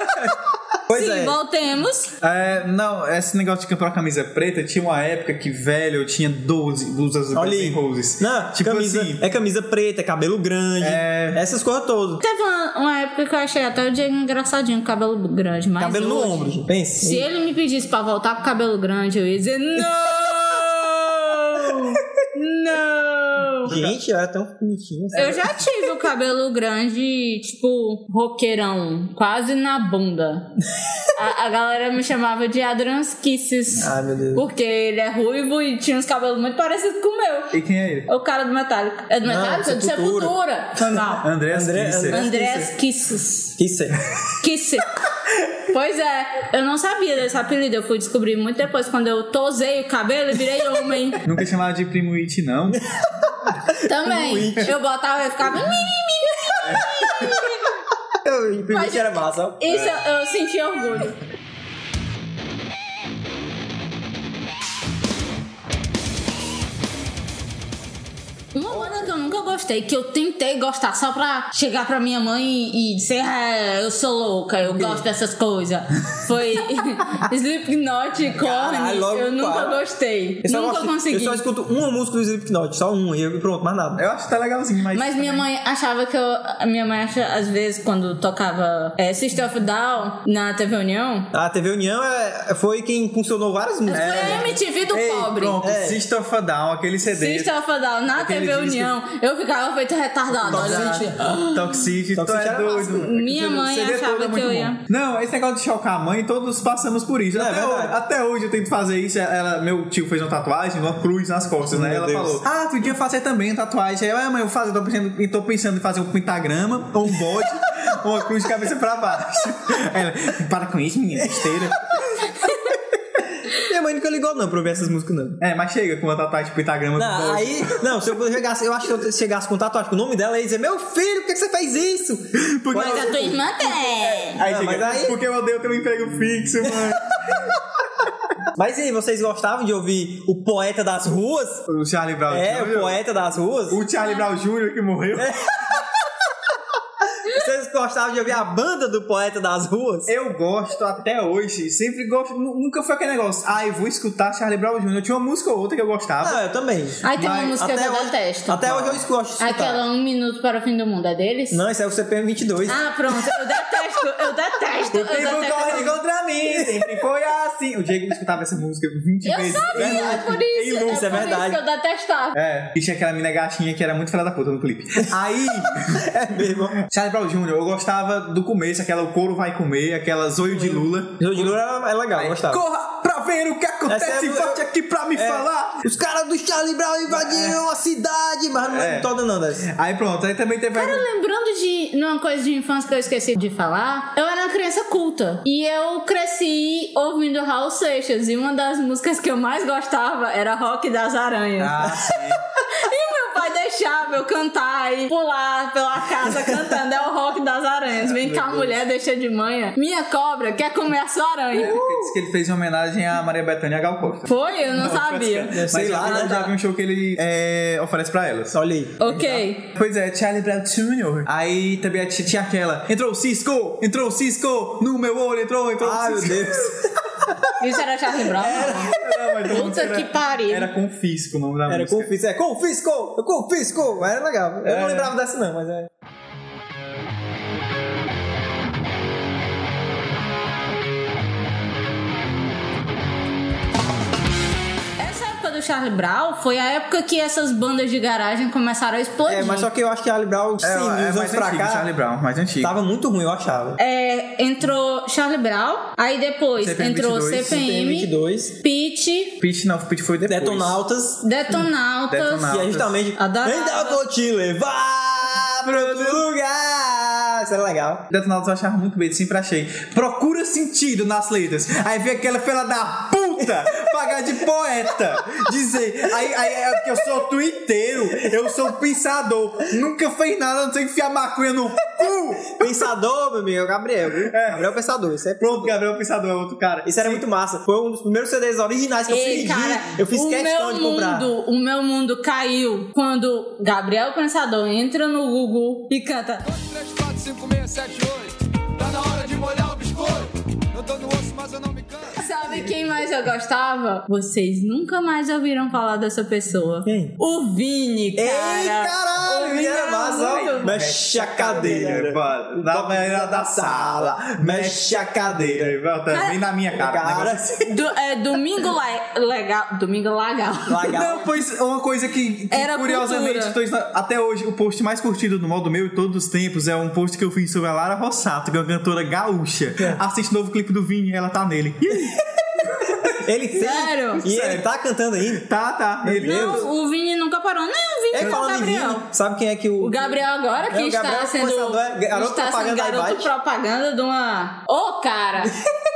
Pois
Sim,
é.
Assim, voltemos.
É, não, esse negócio de comprar camisa preta tinha uma época que, velho, eu tinha 12 blusas do
Olha
Guns
aí.
N' Roses.
Não,
tipo
camisa,
assim.
é camisa preta, é cabelo grande.
É.
Essas coisas todas.
Teve uma, uma época que eu achei até o Diego engraçadinho com cabelo grande, mas.
Cabelo no
hoje,
ombro, gente. pensa.
Se ele me pedisse pra voltar com cabelo grande, eu ia dizer: Não! Não!
Gente, eu era tão bonitinha. assim.
Eu já tive o cabelo grande, tipo, roqueirão, quase na bunda. A, a galera me chamava de Adrian's Kisses.
Ah, meu Deus.
Porque ele é ruivo e tinha uns cabelos muito parecidos com o meu.
E quem é ele?
É O cara do Metallica. É do
Não,
Metallica? É do
Ah, Sepultura.
Sepultura. Não.
André
André-
Kisser.
Andrés Kisses.
Isso aí.
Kisses. Pois é, eu não sabia desse apelido. Eu fui descobrir muito depois, quando eu tosei o cabelo e virei homem.
Nunca chamava de primo It, não.
Também. Eu botava e ficava.
Eu, primeiro
Mas-
que era massa. ó.
Isso eu, eu senti orgulho. Uma banda que eu nunca gostei, que eu tentei gostar só pra chegar pra minha mãe e, e dizer, "Ah, eu sou louca, eu gosto dessas coisas. Foi Slipknot e Korn,
Caralho, logo
eu nunca
quatro.
gostei.
Eu só
nunca
gosto- Eu
consegui.
só escuto uma música do Slipknot, só uma, e eu- pronto, mais nada.
Eu acho que tá legalzinho, mas.
Mas minha mãe achava que eu. a Minha mãe, acha, às vezes, quando tocava é, Sister of a Down na TV União,
A TV União é- foi quem impulsionou várias músicas.
Foi a MTV do
É, Ei,
pobre.
Pronto,
É.
Sister of a Down, aquele CD.
Sister of a Down, na TV
Aquele disco.
União, eu ficava feito retardado.
Toxicity.
Toxic, tu
Toxic
é
era
doido.
massa.
Minha mãe
CD todo
achava
é
que
muito
eu
bom.
ia.
Não, esse negócio de chocar a mãe, todos passamos por isso.
É,
até, hoje,
verdade.
até hoje eu tento fazer isso. É, Ela, meu tio fez uma tatuagem, uma cruz nas costas, né?
Meu
Ela
Deus.
falou: Ah, tu podia fazer também tatuagem. Aí eu, ah, mãe, eu vou fazer, tô pensando, eu tô pensando em fazer um pentagrama, ou um bode, ou uma cruz de cabeça pra baixo. Ela, para com isso, menina, besteira.
Minha mãe nunca ligou não pra ouvir essas músicas, não.
É, mas chega com uma tatuagem de pentagrama com
Não,
bode.
aí, não, se eu chegasse, eu acho que se eu chegasse com tatuagem com o nome dela, ela ia dizer, meu filho, por que, que você fez isso?
Porque
Mas
eu-
A tua irmã tem.
Aí
Ah,
chega,
mas aí-
porque eu odeio ter um emprego fixo, mãe.
Mas e aí, vocês gostavam de ouvir o poeta das ruas?
o Charlie Brown
É,
Jr.
o poeta das ruas?
O Charlie Brown Jr. que morreu.
Vocês gostavam de ouvir a banda do poeta das ruas?
Eu gosto até hoje, sempre gosto, nu- nunca foi aquele negócio, ah, eu vou escutar Charlie Brown Jr. Eu tinha uma música ou outra que eu gostava.
Ah, eu também.
Aí tem uma
Mas
música que eu detesto.
até hoje eu escuto. escutar.
Aquela Um Minuto para o Fim do Mundo é deles?
Não, isso é o CPM 22.
Ah, pronto, eu detesto, eu detesto. Eu,
o tempo
detesto
corre contra mim, sempre foi assim. O Diego escutava essa música 20
eu
vezes.
sabia, é
verdade.
por isso.
Em luz,
é
é
por
verdade.
isso que eu detestava.
É, e tinha aquela mina gatinha que era muito filha da puta no clipe. Aí,
É mesmo.
Charlie Brown Jr., eu gostava do começo, aquela O Couro Vai Comer, aquela Zoio de Lula.
O de Lula é legal, eu gostava.
Corra pra ver o que
Essa
acontece,
é-
volte aqui pra me
É.
falar.
Os caras do Charlie Brown invadiram a cidade, mas não
É.
é toda não, dessa.
Aí pronto, aí também teve...
Cara, lembrando de uma coisa de infância que eu esqueci de falar, eu era uma criança culta. E eu cresci ouvindo Raul Seixas. E uma das músicas que eu mais gostava era Rock das Aranhas.
Ah, sim.
E meu pai festejável cantar e pular pela casa cantando. É o rock das aranhas. Vem cá, mulher, deixa de manha. Minha cobra quer comer a sua aranha.
Ele disse que ele fez em homenagem a Maria Bethânia tá? e a Gal Costa.
Foi? Eu não, sabia.
Sei
Mas
lá,
eu já,
né?
já vi um show que ele é, oferece pra elas.
Olha aí.
Ok.
Pois é, Charlie Brown Jr. Aí também tinha tinha aquela. Entrou o Cisco! Entrou o Cisco! No meu olho entrou, entrou
Ai,
o
meu
Cisco.
Deus.
Isso era Charlie Brown?
Não, mas todo mundo
Puta
era-
que pariu.
Era com Fisco o nome da
Era
música.
confisco. É, confisco! Confisco! Era legal. Eu não lembrava dessa não, mas é...
Essa época do Charlie Brown foi a época que essas bandas de garagem começaram a explodir.
É, mas só que eu acho que a Ali Brown, sim,
É,
nos
é
anos
mais
pra
antigo,
cá,
Charlie Brown, é mais antigo.
tava muito ruim, eu achava.
É, entrou Charlie Brown, aí depois
É,
CPM
entrou
22,
CPM,
CPM22,
Pitch,
Pitch não, Pitch foi depois.
Detonautas,
Detonautas.
Detonautas.
e é justamente...
Adorava.
Ainda vou te levar pra outro lugar! Isso era legal.
Detonautas eu achava muito bem, sempre achei. Procura sentido nas letras. Aí vem aquela fela da puta pagar de poeta. Dizer, aí, aí é porque eu sou twitteiro, eu sou pensador. Nunca fez nada, não sei enfiar maconha no cu.
Pensador, meu amigo, é o Gabriel, viu?
É.
Gabriel Pensador, isso é...
Pronto, Gabriel Pensador é outro cara.
Isso era muito massa. Foi um dos primeiros CDs originais que eu
Ei,
pedi.
cara,
eu fiz
o
questão
meu
de comprar.
mundo, o meu mundo caiu quando Gabriel Pensador entra no Google e canta
3, 4, 5, 6, 7, 8. Tá na hora de molhar o biscoito. Eu tô no osso, mas eu não me canso.
Sabe quem mais eu gostava? Vocês nunca mais ouviram falar dessa pessoa.
Quem?
O Vini, cara.
Ei, caralho,
O Vini
era
era
massa, ó.
muito
Mexe a cadeira,
pá, na beira da sala, mexe a cadeira. Volta, Vem na minha cara.
Cara,
negócio.
Do, é, domingo Le- legal. Domingo legal.
legal.
Não, pois uma coisa que, que
Era
curiosamente,
cultura.
tô- até hoje, o post mais curtido do modo meu de todos os tempos é um post que eu fiz sobre a Lara Rossato, que é uma cantora gaúcha.
É.
Assiste o novo clipe do Vini, ela tá nele.
Ele tem.
Sério?
E ele tá cantando ainda.
tá, tá. Ele
Não, o Vini nunca parou. Não, o Vini
É
foi o
falando em
Gabriel.
Vini, sabe quem é que o.
O Gabriel agora que
É, o
está
Gabriel
sendo
Pensador é garoto
está sendo
propaganda aí
garoto
bate.
propaganda de uma. Ô, cara!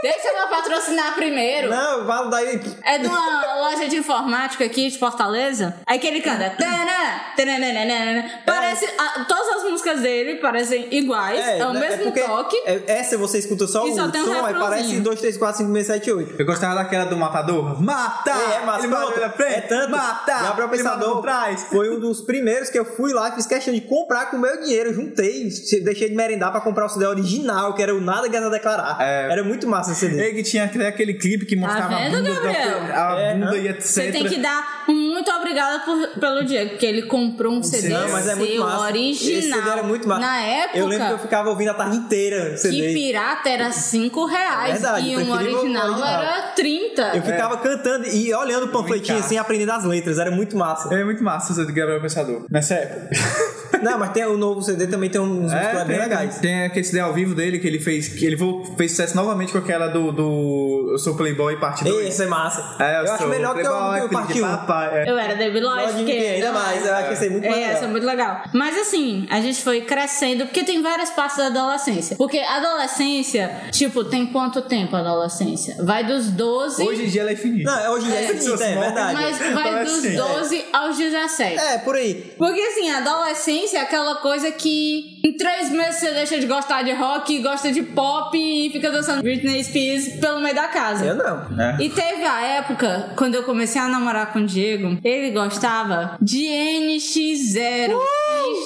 deixa eu patrocinar primeiro.
Não, eu falo daí.
É de uma loja de informática aqui de Fortaleza. Aí que ele canta. "Tanã, tananana". Parece. a- todas as músicas dele parecem iguais. É, o
né,
mesmo
porque
toque.
é- essa você escuta só
E
o
só tem um
som, aí
refrãozinho.
parece 2, 3, 4, 5, 6, 7, 8.
Eu gostava daquela do Matador. Mata!
É, é massa.
ele mata
pronto.
pela frente,
é tanto.
mata!
Gabriel
ele mata
Pensador
por trás.
foi um dos primeiros que eu fui lá e fiz questão de comprar com o meu dinheiro. Eu Juntei, deixei de merendar pra comprar o CD original, que era o Nada Guerra Declarar.
É.
Era muito massa esse CD.
Ele que tinha aquele- aquele clipe que mostrava
Tá vendo,
a bunda,
Gabriel?
a
É,
bunda
né?
e etc.
Você tem que dar um muito obrigada por- pelo Diego, porque ele comprou um CD
Não, mas é muito
seu,
massa.
original.
Esse CD era muito massa.
Na época,
Eu lembro que eu ficava ouvindo a tarde inteira o
que
CD.
pirata era 5
É
reais
verdade,
e um
preferível o
original,
original.
era 30.
Eu ficava cantando e olhando o panfletinho
Brincar.
assim, aprendendo as letras. Era muito massa.
É muito massa o Gabriel Pensador. Nessa época.
Não, mas tem o novo CD também tem uns musicais bem
É, tem,
legais.
Tem aquele CD ao vivo dele que ele fez. Que ele vo- fez sucesso novamente com aquela do, do Eu Sou Playboy Parte 2.
Ei, Isso é massa.
É,
eu acho
sou
melhor que
playboy,
o, que o
filho de
Parte 1.
papai, é.
Eu era Debbie Lloyd,
Lógico
que
que ainda mais, eu acho que isso é muito mais
É, essa é
legal.
muito legal. Mas assim, a gente foi crescendo, porque tem várias partes da adolescência. Porque adolescência, tipo, tem quanto tempo a adolescência? Vai dos 12,
Hoje em dia ela é infinita.
Não, hoje em dia é
É.
infinito, é
Seus
verdade.
mas
Então,
vai
assim,
dos
adolescência.
12 aos 17.
É, por aí.
Porque assim, a adolescência é aquela coisa que em três meses você deixa de gostar de rock, gosta de pop e fica dançando Britney Spears pelo meio da casa.
Eu não.
Né?
E teve a época, quando eu comecei a namorar com o Diego, ele gostava de NX0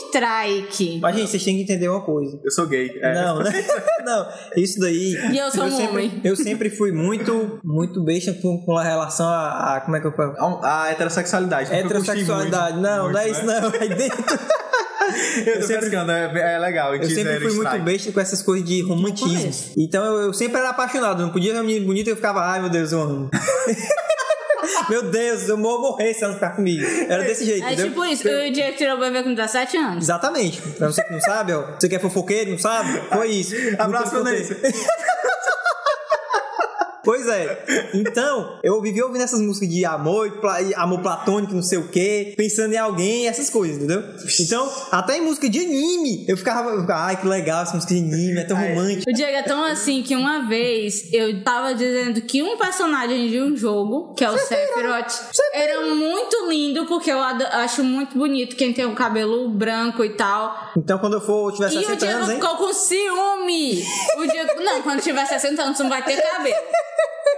Strike.
Mas, gente, vocês têm que entender uma coisa.
Eu sou gay. é.
Não, né? Não, isso daí.
E eu sou um
sempre,
homem.
Eu sempre fui muito, muito besta com, com relação a, a- Como é que eu falo?
Então, A a heterossexualidade. nunca curti
Heterossexualidade.
muito,
Não,
muito,
não é isso,
né?
não. Aí dentro.
Eu tô pescando, é, é legal.
Eu sempre fui muito besta com essas coisas de romantismo.
conheço.
Então eu, eu sempre era apaixonado. Não podia ver um menino bonito e eu ficava, ai meu Deus, eu amo. meu Deus, eu vou morrer se ela não ficar comigo. Era desse jeito,
É
entendeu?
tipo isso, eu e o Diego tirou o bebê com 17 anos.
Exatamente. Pra você que não sabe, ó. Você que é fofoqueiro, não sabe? Foi isso.
Abraço,
Nunca
meu
contei. Pois é. Então, eu vivi ouvindo essas músicas de amor, e pla- e amor platônico, não sei o quê, pensando em alguém, essas coisas, entendeu? Então, até em música de anime, eu ficava, eu ficava, ai, que legal essa música de anime, é tão romântica.
O Diego é tão assim que uma vez eu tava dizendo que um personagem de um jogo, que é o Sephiroth, era muito lindo, porque eu ado- acho muito bonito quem tem o cabelo branco e tal.
Então, quando eu for, eu tiver
E o
60
Diego
anos, hein?
ficou com ciúme. O Diego, não, quando tiver 60 anos, tu não vai ter cabelo.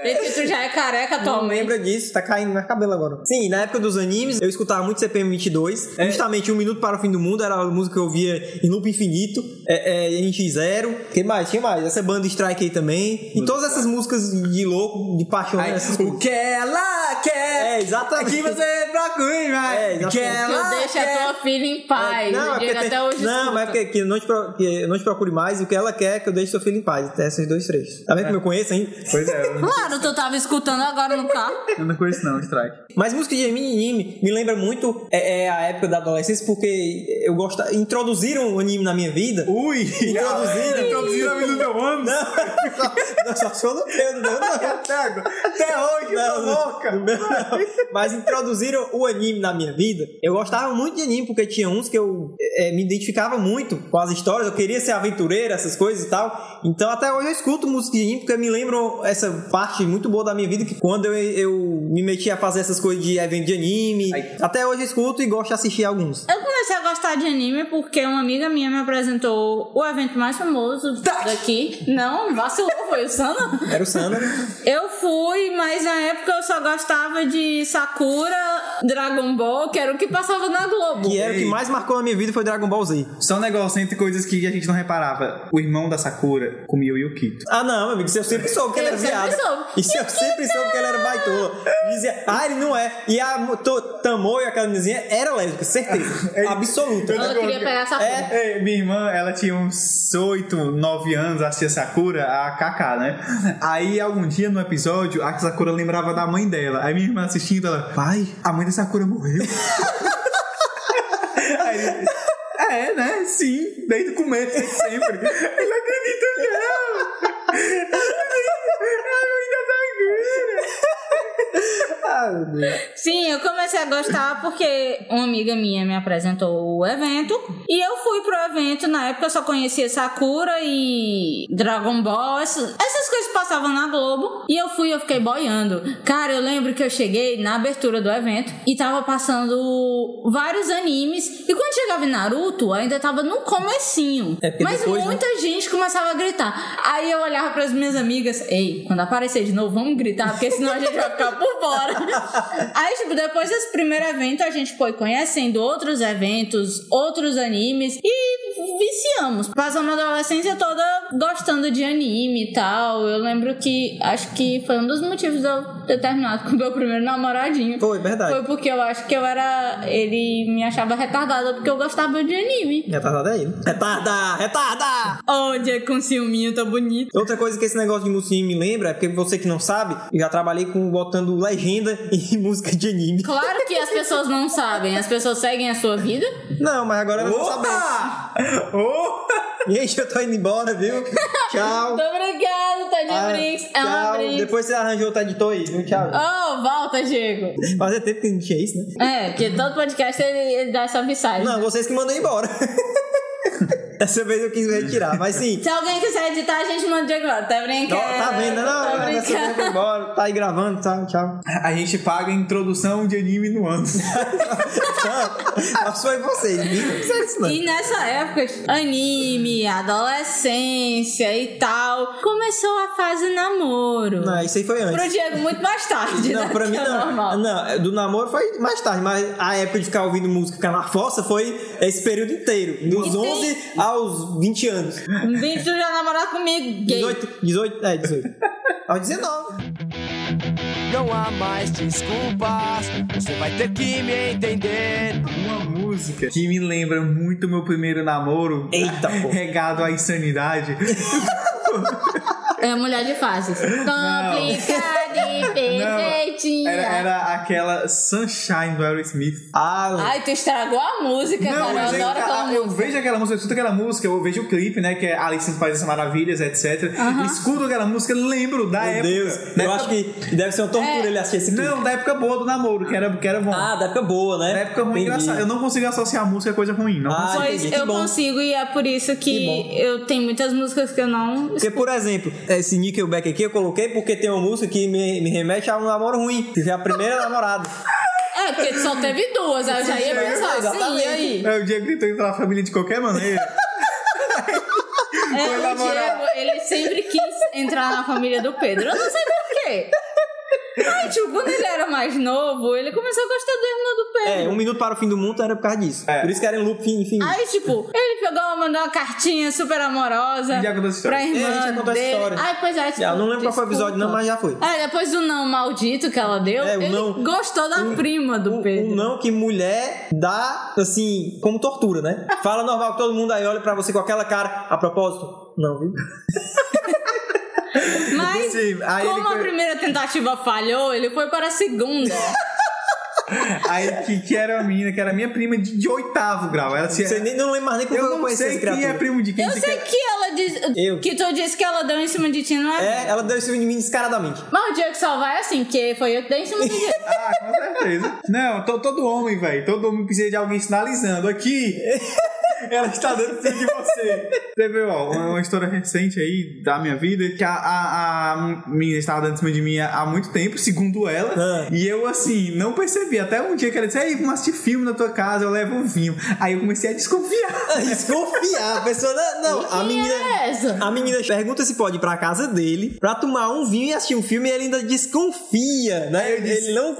Desde que tu já é careca
Então,
Não
atualmente.
lembra disso, tá caindo mais cabelo agora. Sim, na época dos animes, eu escutava muito CPM 22.
É.
Justamente Um Minuto para o Fim do Mundo era a música que eu via em loop infinito. É, é, NX0. que mais? Tinha mais. Essa banda Strike aí também. E todas essas músicas de louco, de paixão.
Aí,
essas
o
coisas.
que ela quer
É, exatamente.
que você procure, mas
É, exatamente.
que
Que eu
ela
deixo a
quer.
tua filha em paz.
Não,
o
é porque
Diego
tem-
até hoje
não,
escuta.
mas é porque que não, te pro- que não te procure mais e o que ela quer é que eu deixe seu filho em paz. Tem esses dois, três. Tá vendo como eu conheço ainda?
É. Pois é, eu não-
Claro, tu tava escutando agora no carro.
eu não conheço não, Strike.
Mas música de anime me lembra muito é, é, a época da adolescência, porque eu gosto. Introduziram o anime na minha vida.
Ui! Introduzindo! Introduzindo a vida do meu ano!
Não, não, só sou no Pedro, não, não.
Até agora- até hoje, eu tô
Não, não.
louca!
Não, não. Mas introduziram o anime na minha vida. Eu gostava muito de anime, porque tinha uns que eu eh, me identificava muito com as histórias. Eu queria ser aventureiro, essas coisas e tal. Então até hoje eu escuto música de anime, porque me lembram essa parte muito boa da minha vida, que quando eu, eu me meti a fazer essas coisas de evento de anime.
Aí.
Até hoje eu escuto e gosto de assistir alguns.
Eu comecei a gostar de anime porque uma amiga minha me apresentou o evento mais famoso daqui. Não, vacilou, foi o Sana.
Era o Sana.
Eu fui, mas na época eu só gostava de Sakura, Dragon Ball, que era o que passava na Globo.
Que era o que mais marcou na minha vida foi Dragon Ball Z.
Só um negócio entre coisas que a gente não reparava. O irmão da Sakura comia o Yukito.
Ah, não, meu amigo, isso eu sempre soube que ele era
Eu sempre
viado.
soube.
Isso eu sempre soube que ele era baitola. Dizia, ah, ele não é. E a mo- to, Tamoyo, aquela meninazinha, era lésbica, certeza. Absoluta.
Ela queria pegar Sakura.
É.
Ei, minha irmã, ela tinha uns 8, 9 anos, assistia Sakura, a Kaká, né? Aí, algum dia no episódio, a Sakura lembrava da mãe dela. Aí minha irmã assistindo, ela, pai, a mãe da Sakura morreu. Aí, ele, é, né? Sim, desde o começo, desde sempre. Eu não acredito, não!
Sim, eu comecei a gostar porque uma amiga minha me apresentou o evento e eu fui pro evento. Na época eu só conhecia Sakura e Dragon Ball, essas, essas coisas passavam na Globo. E eu fui, eu fiquei boiando. Cara, eu lembro que eu cheguei na abertura do evento e tava passando vários animes. E quando chegava em Naruto, ainda tava no comecinho.
É, porque
Mas
depois, né?
muita gente começava a gritar. Aí eu olhava pras minhas amigas, ei, quando aparecer de novo, vamos gritar, porque senão a gente vai ficar por fora. Aí, tipo, depois desse primeiro evento, a gente foi conhecendo outros eventos, outros animes e viciamos. Passamos a adolescência toda gostando de anime e tal. Eu lembro que acho que foi um dos motivos de eu ter terminado com o meu primeiro namoradinho.
Foi, verdade.
Foi tá. porque eu acho que eu era. Ele me achava retardada porque eu gostava de anime.
Retardada aí. Retarda, retarda!
Onde é com ciúminho, tá bonito.
Outra coisa que esse negócio de música me lembra, é porque você que não sabe, eu já trabalhei com botando legenda e música de anime.
Claro que as pessoas não sabem, as pessoas seguem a sua vida.
Não, mas agora eu vou saber. Gente, eu tô indo embora, viu? Tchau.
Muito obrigado, Tony
Ah,
Brinks. É uma
tchau.
Brinks.
Depois você arranja outro editor aí, viu? Tchau.
Oh, volta, Diego.
Fazia tempo que não tinha isso, né?
É, porque todo podcast ele, ele dá essa mensagem.
Não, vocês que mandam embora. Dessa vez eu quis retirar, mas sim.
Se alguém quiser editar, a gente manda o Diego lá. Tá brincando?
Não, tá vendo? Não,
tá
não, dessa vez eu vou
brincando.
embora. Tá aí gravando, tá? Tchau.
A gente paga a introdução de anime no ano.
Tchau. Mas foi vocês, ninguém não precisa disso, não.
E nessa época, anime, adolescência e tal, começou a fase namoro.
Não, isso aí foi antes.
Pro Diego, muito mais tarde.
Não,
né?
pra
Que
mim
é
não.
normal.
Não, do namoro foi mais tarde, mas a época de ficar ouvindo música ficar na fossa foi esse período inteiro. Dos
E tem-
11 aos 20 anos.
Vem tu já namorar comigo, gay.
18, 18, é, 18. Aos 19.
Não há mais desculpas, você vai ter que me entender.
Uma música que me lembra muito meu primeiro namoro.
Eita, pô.
Regado à insanidade.
É mulher de fases. Complicada e perfeita. bonitinha.
Era, era aquela Sunshine do Aerosmith. Ah,
Ai, tu estragou a música,
Não,
cara. Eu
mas é-
adoro aquela
a- eu
música.
vejo aquela música, eu escuto aquela música, eu vejo o clipe, né? Que é Alice faz essas maravilhas, etc. Escuto aquela música, lembro da
Meu
época.
Deus,
da
eu
época- É,
acho que deve ser uma tortura ele assistir esse clipe.
Não, da época boa do namoro, que era, que era bom.
Ah, da época boa, né?
da época
Entendi.
ruim, engraçado. Eu não consigo associar a música a coisa ruim, não.
Ah,
consigo.
Pois
entendi, que
eu
bom.
consigo e é por isso que,
bom.
eu tenho muitas músicas que eu não.
Porque, por exemplo, esse Nickelback aqui eu coloquei porque tem uma música que me, me remete a um namoro ruim. Que foi a primeira namorada.
É, porque tu só teve duas, aí eu já ia pensar assim, e aí?
É o Diego tentou entrar na família de qualquer maneira.
É,
Foi
o
namorar.
Diego, ele sempre quis entrar na família do Pedro. Eu não sei por quê. Mas, tipo, quando ele era mais novo, ele começou a gostar do irmão do Pedro.
É, um minuto para o fim do mundo era por causa disso.
É.
Por isso que era em loop infinito.
Aí, tipo, ele pegou, mandou uma cartinha super amorosa
Já contou essa história.
pra irmã
É, a gente já contou essa
dele.
história.
Ai, pois é, tipo,
Eu não lembro qual foi o episódio, não, mas já foi.
É, depois do não maldito que ela deu,
É, o
ele
não-
gostou da prima do
Um-
Pedro.
Um não que mulher dá, assim, como tortura, né? Fala normal que todo mundo aí olha pra você com aquela cara. A propósito, não, viu?
Mas,
Sim, aí ele
como a
foi-
primeira tentativa falhou, ele foi para a segunda.
Aí que, que era a menina, que era minha prima de, de oitavo grau. Ela se.
Você nem, não lembro mais nem como
É. eu
eu, eu
não
conheci
sei
essa
quem
criatura.
é primo de quem.
Eu
se
sei
quer-
que ela diz.
Eu.
Que tu disse que ela deu em cima de ti, não é?
É, ela deu isso em mim descaradamente.
Mas o Diego só vai assim, que foi eu que dei em cima de ti.
Ah, com certeza. Não, to- todo homem, velho. Todo homem precisa de alguém sinalizando. Aqui! Ela está dando em cima de você. Teve ó, uma, uma história recente aí da minha vida que a, a, a menina estava dando em cima de mim há, há muito tempo, segundo ela.
Ah.
E eu, assim, não percebi. Até um dia que ela disse: Ei, vamos assistir filme na tua casa, eu levo um vinho. Aí eu comecei a desconfiar.
É Desconfiar, a pessoa. Não, não, a menina.
É essa.
A menina pergunta se pode ir pra casa dele pra tomar um vinho e assistir um filme e ele ainda desconfia, né?
eu disse-
ele não confirma.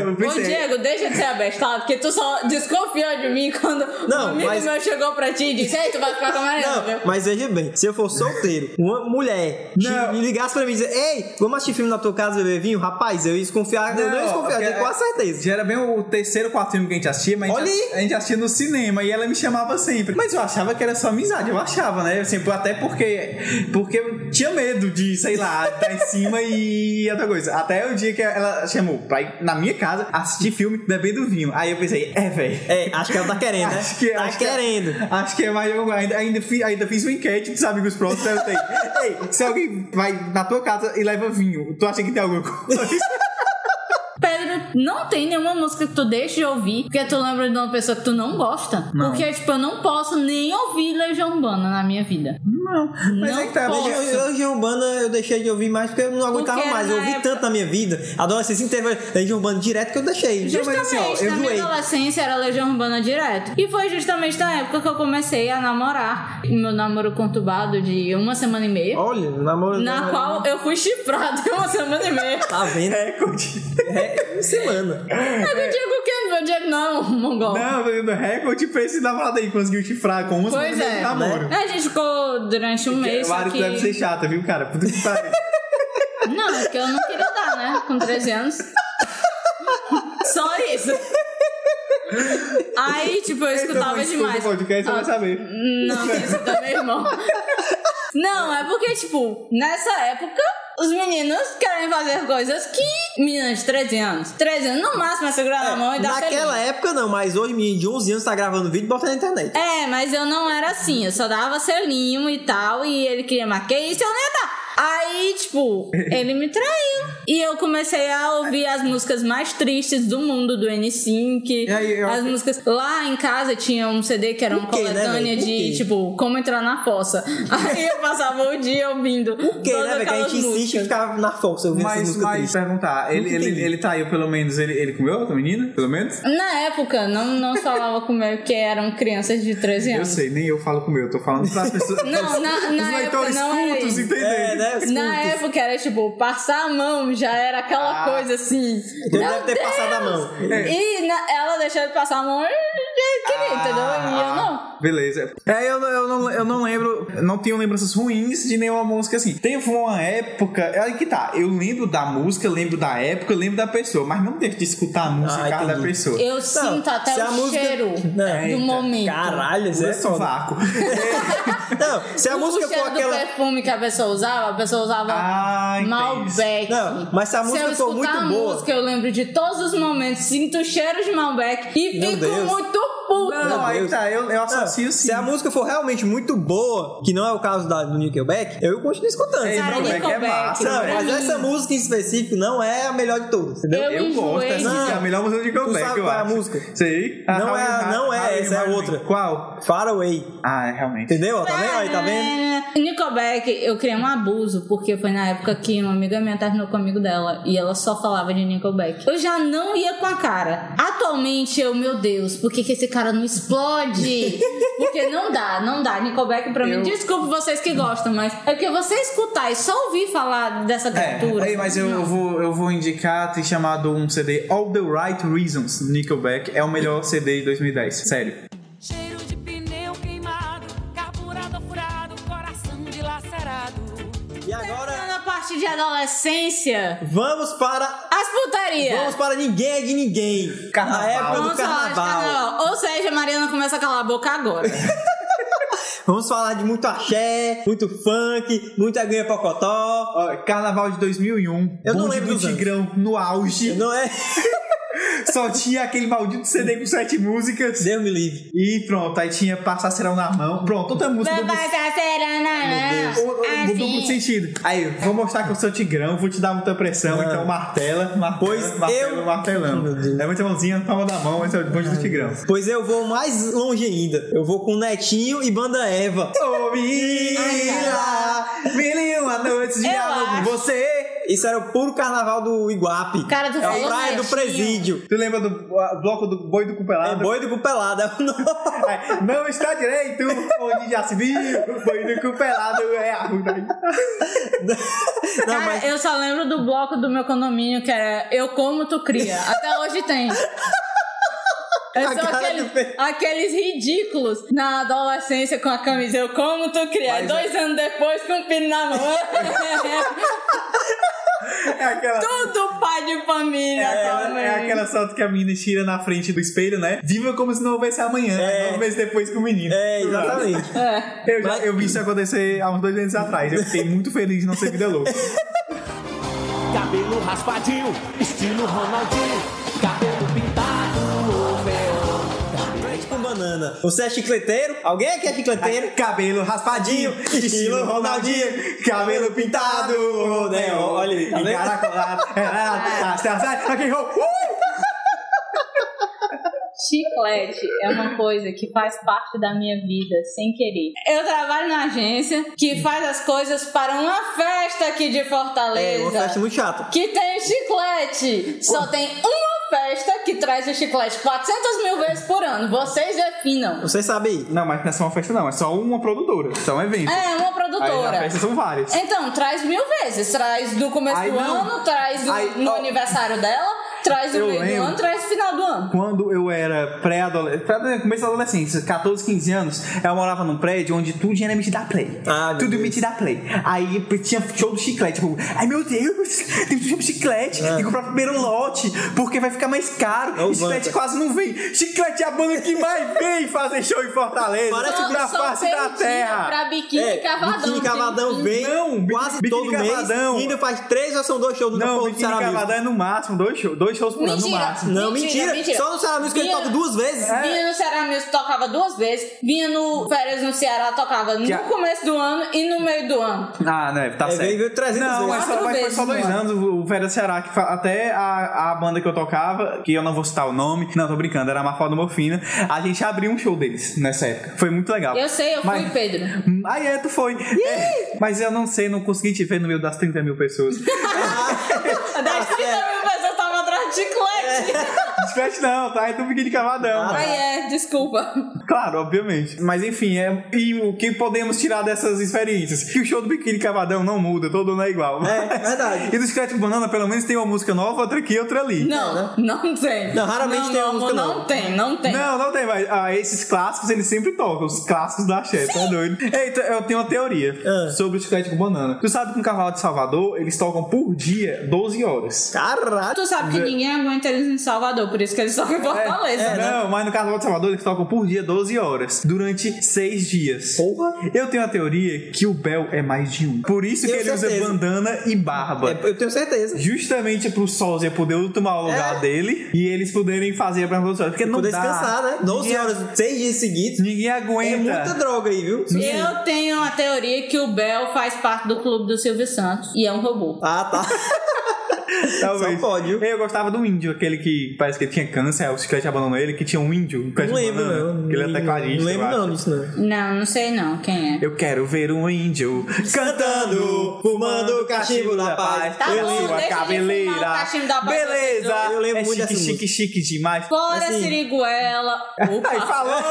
Eu
Ô,
pensei,
Diego, deixa de ser abestado, porque tu só desconfiou de mim quando
Não,
um amigo
mas-
meu chegou pra ti e disse: Ei, tu vai ficar com a Mariana, viu?
Não, mas veja bem, se eu for solteiro, uma mulher que
Não.
me ligasse pra mim e dizer, ei, vamos assistir filme na tua casa, beber vinho, rapaz, eu ia desconfiar, eu não ia desconfiar, eu
porque
tenho quase certeza.
Já era bem o terceiro, quarto filme que a gente assistia, mas a gente,
Olha
ass- a gente assistia no cinema e ela me chamava sempre. Mas eu achava que era só amizade, eu achava, né? Assim, por- até porque, porque eu tinha medo de, sei lá, estar em cima e outra coisa. Até o dia que ela chamou pra ir na minha casa assistir filme bebendo vinho. Aí eu pensei, é, velho.
É, acho que ela tá querendo, né?
Acho que,
tá
acho que-
querendo.
acho que é mais alguma coisa. Ainda, ainda, fiz, ainda fiz uma enquete dos amigos próximos. aí Eu tenho. Ei, se alguém vai na tua casa e leva vinho, tu acha que tem alguma coisa?
Pedro, não tem nenhuma música que tu deixe de ouvir porque tu lembra de uma pessoa que tu não gosta. Porque, tipo, eu não posso nem ouvir Legião Urbana na minha vida.
Não, mas
Não
é que tá.
pode.
Eu- eu- Legião Urbana eu deixei de ouvir mais porque eu não aguentava
Porque
mais.
na
Eu ouvi
época-
tanto na minha vida. A adolescência inteira foi Legião Urbana direto que eu deixei. Não, mas
Justamente,
assim, ó, eu
na minha
doei.
adolescência era Legião Urbana direto. E foi justamente na época que eu comecei a namorar. Meu namoro conturbado de uma semana e meia.
Olha, o
Oh,
namoro.
na qual eu fui chifrada em uma semana e meia.
Tá vendo? É, semana.
Aí eu digo o quê? Meu Diego não, mongol.
Não, tô dando recorde pra esse namorado aí que conseguiu chifrar com 11
Pois
anos de
é.
namoro.
A gente ficou durante um mês.
O
Só
Mário
que...
deve ser chata, viu, cara? Puta que pariu.
Não, é porque eu não queria dar, né? Com 13 anos. Só isso. Aí, tipo, eu
Então,
escutava
escuta
demais.
o podcast, você
Ah,
vai saber.
Não, isso também, irmão. Não, é porque, tipo, nessa época, os meninos querem fazer coisas que meninas de 13 anos. 13 anos, no máximo, é segurar na mão e dar
Naquela
feliz.
época não, mas hoje menino de 11 anos tá gravando vídeo e bota na internet.
É, mas eu não era assim. Eu só dava selinho e tal. E ele queria maquiar isso, eu não ia dar. Aí, tipo, ele me traiu. E eu comecei a ouvir as músicas mais tristes do mundo, do N5.
E aí, eu-
As músicas. Lá em casa tinha um CD que era uma
quê, né,
coletânea
velho? Por
de,
quê?
tipo, como entrar na fossa. Aí eu passava o dia ouvindo.
Porque,
todas
né, velho? Que a
aquelas
gente
músicas.
insiste em ficar na força ouvindo essas
Mas,
músicas
mas
tristes.
perguntar, ele,
Nunca
ele,
entendi.
ele traiu pelo menos, ele, ele comeu outra menina? Pelo menos?
Na época, não, não falava comigo que eram crianças de 13
Eu
anos.
sei, nem eu falo comeu, eu tô falando pras pessoas.
Não, na,
os
na época
leitores
não era
cultos,
isso.
entendeu?
É, né? os
Na
cultos.
época era tipo, passar a mão já era aquela
Ah.
coisa assim.
Então
Meu
deve ter
Deus!
passado a mão.
E na- ela deixou de passar a mão e eu queria, entendeu? E eu não.
Beleza. É, eu, não- eu não não, eu não lembro, não tenho lembranças ruins de nenhuma música assim. Teve uma época, aí que tá, eu lembro da música, lembro da época, eu lembro da pessoa, mas não deixo de escutar a
Ah,
música da
entendi.
pessoa.
Eu sinto até
se a
o
música-
cheiro
Não,
do
eita,
momento.
Caralho, isso é
Esse
foda.
vácuo.
Não, se a
o
música
cheiro
for aquela.
do perfume que a pessoa usava, a pessoa usava
Ah, entendi.
Malbec.
Não, mas se a música
eu
for
escutar
muito
a
boa-
música, eu lembro de todos os momentos, sinto o cheiro de Malbec e
Meu
fico
Deus.
muito puta.
Não, aí
Deus.
tá, eu, eu
Não,
associo sim.
se a música for realmente muito boa, que não é o caso da, do Nickelback, eu continuo escutando.
Ei,
Cara,
Malbec é
Nickelback,
massa,
Não,
velho.
pra
mas
mim-
essa música em específico não é a melhor de todas, entendeu?
Eu
Eu gosto,
enjoei.
essa aqui é a
Não.
melhor música de Nickelback,
sabe
eu
qual é a
acho.
música?
Sei.
Não
Ah,
é a-
Halloween,
não é,
Halloween,
essa é
Halloween.
outra.
Qual?
Far Away.
Ah, é, realmente.
Entendeu? Tá vendo? Aí, tá vendo?
Nickelback, eu criei um abuso, porque foi na época que uma amiga minha terminou com um amigo dela e ela só falava de Nickelback. Eu já não ia com a cara. Atualmente, eu, meu Deus, por que, que esse cara não explode? Porque não dá, não dá. Nickelback pra mim, desculpa vocês que gostam, mas é porque você escutar e só ouvir falar dessa criatura.
É, aí, mas eu, eu vou, eu vou indicar, tem chamado um CD All the Right Reasons, do Nickelback. É o melhor CD de 2010, sério.
Cheiro de pneu queimado, carburador furado, coração dilacerado.
E agora
Na parte de adolescência,
vamos para.
as putarias.
Vamos para Ninguém é de Ninguém.
Carnaval.
A época do
Vamos falar de
carnaval.
carnaval. Ou seja, Mariana começa a calar a boca agora.
Vamos falar de muito axé, muito funk, muita aguinha pocotó.
Ó, Carnaval de 2001,
Eu não
bonde
lembro
do
dos anos.
Tigrão no auge.
Não é?
Só tinha aquele maldito CD com sete músicas.
Deus me livre.
E pronto, aí tinha Passar Serão na Mão. Pronto, outra música do
Meu
O- o- o duplo sentido. Aí, vou mostrar que eu sou tigrão, vou te dar muita pressão, então martela, martela,
Pois
martelo,
eu- Meu
martelando.
Deus.
Levanta a mãozinha, palma da mão, esse é o bonde do tigrão.
Pois eu vou mais longe ainda. Eu vou com Netinho e Banda Eva.
Ô, menina, mil e uma noites de
Eu
amor com
acho.
você.
Isso era o puro carnaval do Iguape.
Cara, tu
é a
falou
praia do
Netinho.
presídio.
Tu lembra do a- bloco do boi do
É
cupelado?
boi do cupelado. é o nome.
Aí, Não está direito, onde já se viu, boi do cupelado é a
Não,
Cara,
mas
eu só lembro do bloco do meu condomínio que era Eu Como Tu Cria. Até hoje tem. É
A
só
cara
aquele-
do Pedro.
aqueles ridículos na adolescência com a camisa Eu Como Tu Cria. Aí dois anos depois com um pino na mão.
É aquela...
Tudo pai de família.
É aquela,
também.
é aquela foto que a menina tira na frente do espelho, né? Viva como se não houvesse amanhã,
É.
nove meses depois com o menino.
É, exatamente.
É.
Eu, já-
Mas-
eu vi isso acontecer há uns dois anos atrás. Eu fiquei muito feliz de não ser vida louca.
Cabelo raspadinho, estilo Ronaldinho. Cabelo pintado,
com banana. Você é chicleteiro? Alguém aqui é chicleteiro?
Cabelo raspadinho, estilo Ronaldinho, cabelo pintado, ô, né?
Olha aí, tá vendo?
encaracolado, é, hasta a sai, rock and roll. Uh!
Chiclete é uma coisa que faz parte da minha vida, sem querer. Eu trabalho na agência que faz as coisas para uma festa aqui de
É,
Fortaleza.
uma festa muito chata.
que tem chiclete. Só tem uma festa que traz o chiclete 400 mil vezes por ano. Vocês definam.
Vocês sabem aí.
Não, mas não é só uma festa não, é só uma produtora, só um evento.
É, uma
Aí na
produtora.
festa são várias.
Então, traz mil vezes. Traz do começo
Aí
do
não.
ano, traz do-
Aí,
no
ó.
aniversário dela, traz no
Eu
meio
lembro.
do ano, traz no final do ano.
Quando eu era pré-adolescente, pré começo da adolescência, 14, 15 anos, eu morava num prédio onde tudo era me dar play.
Ah, meu
tudo
Deus.
me te dá play. Aí tinha show do chiclete. Tipo, ai meu Deus, tem show do chiclete.
Ah.
Tem que comprar primeiro lote, porque vai ficar mais caro.
Não
e chiclete
vanta.
quase não vem. Chiclete é a banda que mais vem fazer show em Fortaleza.
Parece
Só-
que da
só
face da
perdida
terra.
Pra biquíni
é,
cavadão.
Biquíni
tem
Cavadão
fim.
vem
Não, Bi-
quase
Biquíni
todo mês.
Cavadão.
E ainda faz três ou são dois shows no
Não,
povo do
Biquíni
Ceará Music.
Cavadão é no máximo, dois, show- dois shows por ano no
Mentira.
máximo.
Não,
Mentira,
mentira.
mentira. É.
Só no Ceará Music ele
Vinha-
toca duas vezes.
Vinha no Ceará Music, tocava duas vezes. Vinha no Férias no Ceará, tocava no
a-
começo do ano e no meio do ano.
Ah, né? Tá
É,
certo.
veio- veio 300
não,
vezes.
mas, só,
Quatro
mas foi só
vezes,
dois
mano.
anos o o Vera Ceará, que fa- até a, a banda que eu tocava, que eu não vou citar o nome, não, tô brincando, era a Mafalda Morfina, a gente abriu um show deles nessa época. Foi muito legal.
Eu sei, eu fui,
Mas-
Pedro.
Hum, Ah, é, tu foi. É, mas eu não sei, não consegui te ver no meio das 30 mil pessoas.
Tá É.
Das 30 mil pessoas estavam atrás de chiclete.
Scratch não, tá? Então fica de cavadão.
Ah,
mano.
Ai, é, desculpa.
Claro, obviamente. Mas enfim, é, e o que podemos tirar dessas experiências? Que o show do Biquíni Cavadão não muda, todo ano é igual.
É, verdade.
E do Scratch Banana, pelo menos tem uma música nova, outra aqui, outra ali.
Não, não tem.
né? Não, raramente tem uma música
Não
nova.
tem, não tem.
Não, não tem, mas ah, esses clássicos eles sempre tocam, os clássicos da Axé, tá doido? Eita, eu tenho uma teoria
Ah.
sobre o chiclete com banana. Tu sabe que no Cavalo de Salvador eles tocam por dia 12 horas.
Tá, Caralho.
Tu sabe que ninguém aguenta eles em Salvador, por isso que eles só em Fortaleza.
é,
né?
Não, mas no Carnaval de Salvador eles tocam por dia 12 horas, durante 6 dias.
Porra.
Eu tenho a teoria que o Bel é mais de um. Por isso que
Tenho
ele usa
certeza.
bandana e barba.
É, eu tenho certeza.
Justamente pro Sósia poder tomar o lugar
É.
dele e eles poderem fazer a Branca do Sol. Porque não
Poder
dá.
descansar, né? 12
Ninguém-
horas, 6 dias seguidos.
Ninguém aguenta.
É muita droga aí, viu?
Eu tenho a teoria que o Bel faz parte do clube do Silvio Santos e é um robô.
Ah, tá. Só
Talvez.
pode, viu?
Eu gostava do índio, aquele que parece que ele tinha câncer, aí o chiclete abandonou ele, que tinha um índio. um pé de
Não lembro,
banana,
não.
que ele é tecladista.
Não lembro,
eu acho.
não, disso não.
Não, não sei não quem é.
Eu quero ver um índio cantando, fumando o cachimbo da paz.
Tá
eu
bom,
lembro a
deixa de
cabeleira.
fumar o cachimbo da paz,
Beleza.
vocês dois.
Eu lembro
é
muito
chique,
dessa
chique, chique demais.
Fora
assim-
Siriguela.
Aí
Opa!
falou.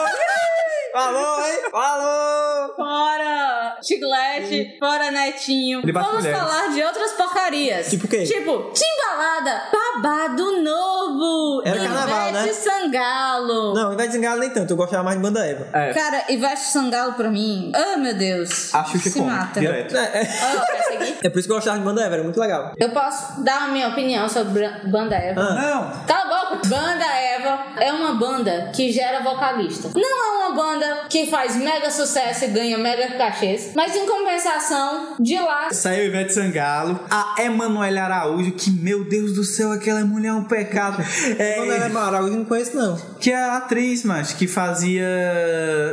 Falou, hein? Falou!
Fora Chiclete, fora Netinho.
Ele bate
Vamos
mulheres.
falar de outras porcarias.
Tipo o quê?
Tipo, Timbalada, Babado Novo,
Era carnaval,
Ivete
né?
Sangalo.
Não, Ivete Zingalo nem tanto. Eu gostava mais de Banda Eva.
É.
Cara, Ivete Sangalo pra mim, ah, meu Deus.
A Xuxa
Se
come,
mata.
direto.
É, é.
Ah, quer seguir?
É por isso que eu gostava de Banda Eva, era muito legal.
Eu posso dar a minha opinião sobre a Banda Eva?
Ah. Não.
Cala a boca. Tá Banda Eva é uma banda que gera vocalista. Não é uma banda que faz mega sucesso e ganha mega cachês, mas em compensação, de lá.
Saiu Ivete Sangalo, a Emanuele Araújo, que meu Deus do céu, aquela mulher é um pecado. É,
Banda Eva é Maravilha, eu não conheço, não.
Que é a atriz, mas que fazia.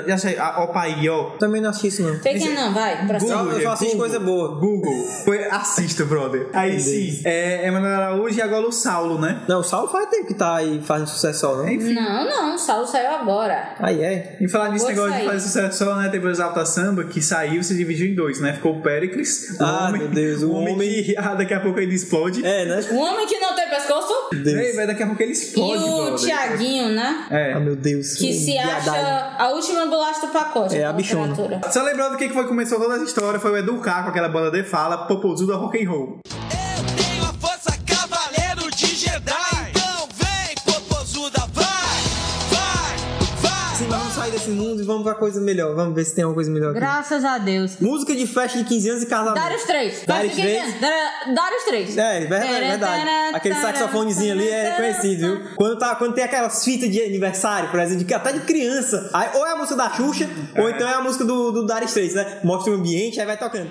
Já sei, a Opaió.
Também não assisti isso, não.
Pequeno não, vai. Pra
Google, eu só assisto
Google.
coisa boa.
Google. Foi, assista, brother. Aí sim, é Emanuel Araújo e agora o Saulo, né?
Não, o Saulo faz tempo que tá aí fazendo sucesso só, né?
Não, não, o Saulo saiu agora.
Aí é.
E falar nisso,
Vou
negócio de
sair.
fazer sucesso só, né? Teve o Exalta Samba, que saiu se dividiu em dois, né? Ficou o Péricles, o
Ah,
homem.
meu Deus, o
homem. que- ah, daqui a pouco ele explode.
É, né?
O Um homem que não tem pescoço
Ei, velho, daqui a pouco ele
e
explode,
o
brother.
Tiaguinho, né?
É.
Ah, meu Deus.
Que se
viadagem.
acha a última bolacha do pacote.
É,
da
a bichona.
literatura.
Só lembrando quem que foi que começou toda essa história foi o Edu K com aquela banda de fala, Popozuda Rock and Roll.
Eu tenho a força cavaleiro de Jedi. Então vem, popozuda, vai, vai, vai.
Sim, mas vamos sair desse mundo e vamos pra coisa melhor. Vamos ver se tem alguma coisa melhor aqui.
Graças a Deus.
Música de festa de 15 anos e casamento.
Dar os três.
Dar
Vai
os
ficar
três?
dizendo. Dar- Dar os três.
É, verdade, verdade. Aquele saxofonezinho ali é conhecido, viu? Quando, tá, quando tem aquelas fitas de aniversário, por exemplo, de- até de criança, aí ou é a música da Xuxa, ou então é a música do, do Dar Straits, né? Mostra o ambiente, aí vai tocando.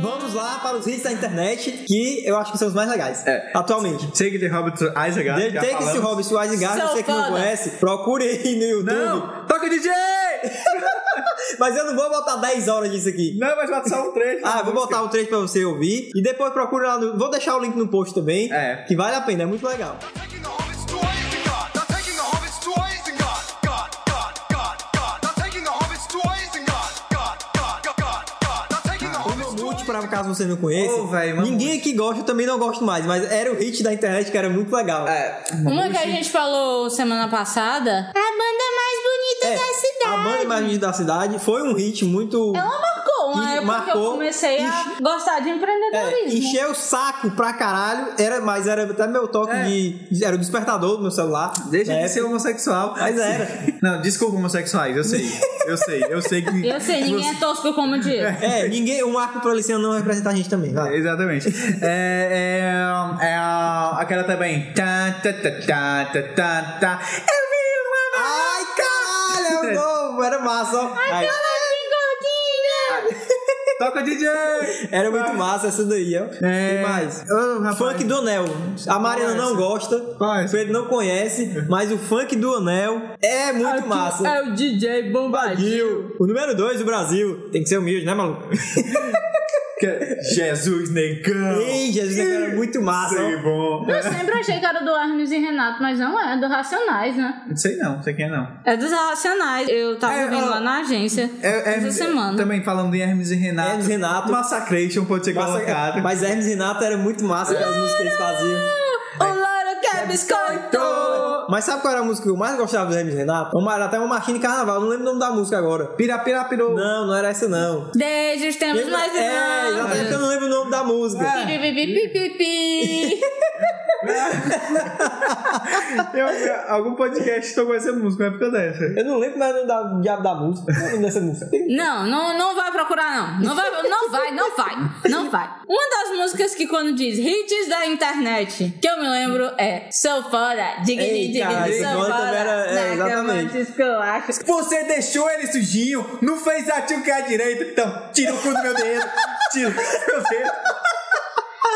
Vamos lá para os hits da internet, que eu acho que são os mais legais,
É.
atualmente.
Take the Hobbit Isaac.
The
já
Take This
falamos.
Hobbit Weisengard,
Sou
você que não
foda.
conhece, procure aí no YouTube.
Não! Toca DJ!
Mas eu não vou botar 10 horas disso aqui.
Não, mas bota só um trecho.
Ah, vou botar um trecho pra você ouvir. E depois procura lá no. Vou deixar o link no post também.
É.
Que vale a pena, é muito legal.
Taking the hobbits to Isengard. Now taking the hobbits to Isengard. God, God, God, God. Now taking the hobbits to Isengard. God, God, God, God. Now taking the
O
hobbits to
Mamute, pra caso você não conheça,
Ô, véi, Mamute.
ninguém aqui gosta, eu também não gosto mais, mas era o hit da internet que era muito legal.
É.
Uma que a gente falou semana passada. A banda mais bonita
É,
da cidade.
A banda mais bonita da cidade foi um hit muito.
Ela marcou uma
Que
época que eu
marcou.
comecei a
Enche-
gostar de
É,
empreendedorismo.
encheu o saco pra caralho, era, mas era até meu toque
É.
de. Era o despertador do meu celular.
Deixa
né?
de ser um homossexual.
Mas era.
Não, desculpa, homossexuais, eu sei. Eu sei, eu sei que.
Eu sei, ninguém é tosco como o Diego.
É, ninguém. O Marco Proliciano não vai representar a gente também, vai.
Exatamente. É, é, é a- aquela também. Tá, tá, tá, tá, tá, tá. Eu
Ai, caralho, é novo, era massa. ó. Ai,
vi uma. É Toca DJ!
era muito massa essa daí, ó.
É.
E mais?
Ô, rapaz.
Funk do Anel. A Mariana não gosta,
Qual é
o
essa?
Pedro não conhece, mas o funk do Anel é muito massa.
É o DJ Bombadil.
O número 2 do Brasil. Tem que ser humilde, né, maluco?
Que- é Jesus negão.
Ei, Jesus, era muito massa.
Sei
ó.
bom.
Eu sempre achei que era do Hermes e Renato, mas não é, é do Racionais, né?
Não sei não, não sei quem é não.
É dos Racionais. Eu tava
É,
vendo
ó,
lá na agência
É, é,
essa semana.
Também falando em Hermes e Renato.
Hermes e Renato.
Massacration pode ser
Massa-
colocado.
Mas Hermes e Renato era muito massa aquelas músicas que eles faziam. Então,
O Loro quer biscoito!
Mas sabe qual era a música que eu mais gostava do Hermes e Renato? Uma, era até uma marchinha de carnaval, não lembro o nome da música agora.
Pirá, pirá, pirou.
Não, não era essa não.
Desde os tempos mais É.
é, exatamente, eu não lembro o nome da música.
Pipipipipipi.
Eu- eu- algum podcast tocou essa música na época dessa.
Eu não lembro mais o nome da, diabo da música. Qual é o nome dessa música?
Não, não, não vai procurar, não. Não vai, não vai, não vai, não vai. Uma das músicas que quando diz hits da internet, que eu me lembro é Sou foda, digni,
Ei, cara,
digni,
esse
sou
nome
foda.
também era- é,
Necromante esculacho.
Você deixou ele sujinho, não fez a tchuca direito, então tira o cu do meu dedo. Tira o cu do meu dedo.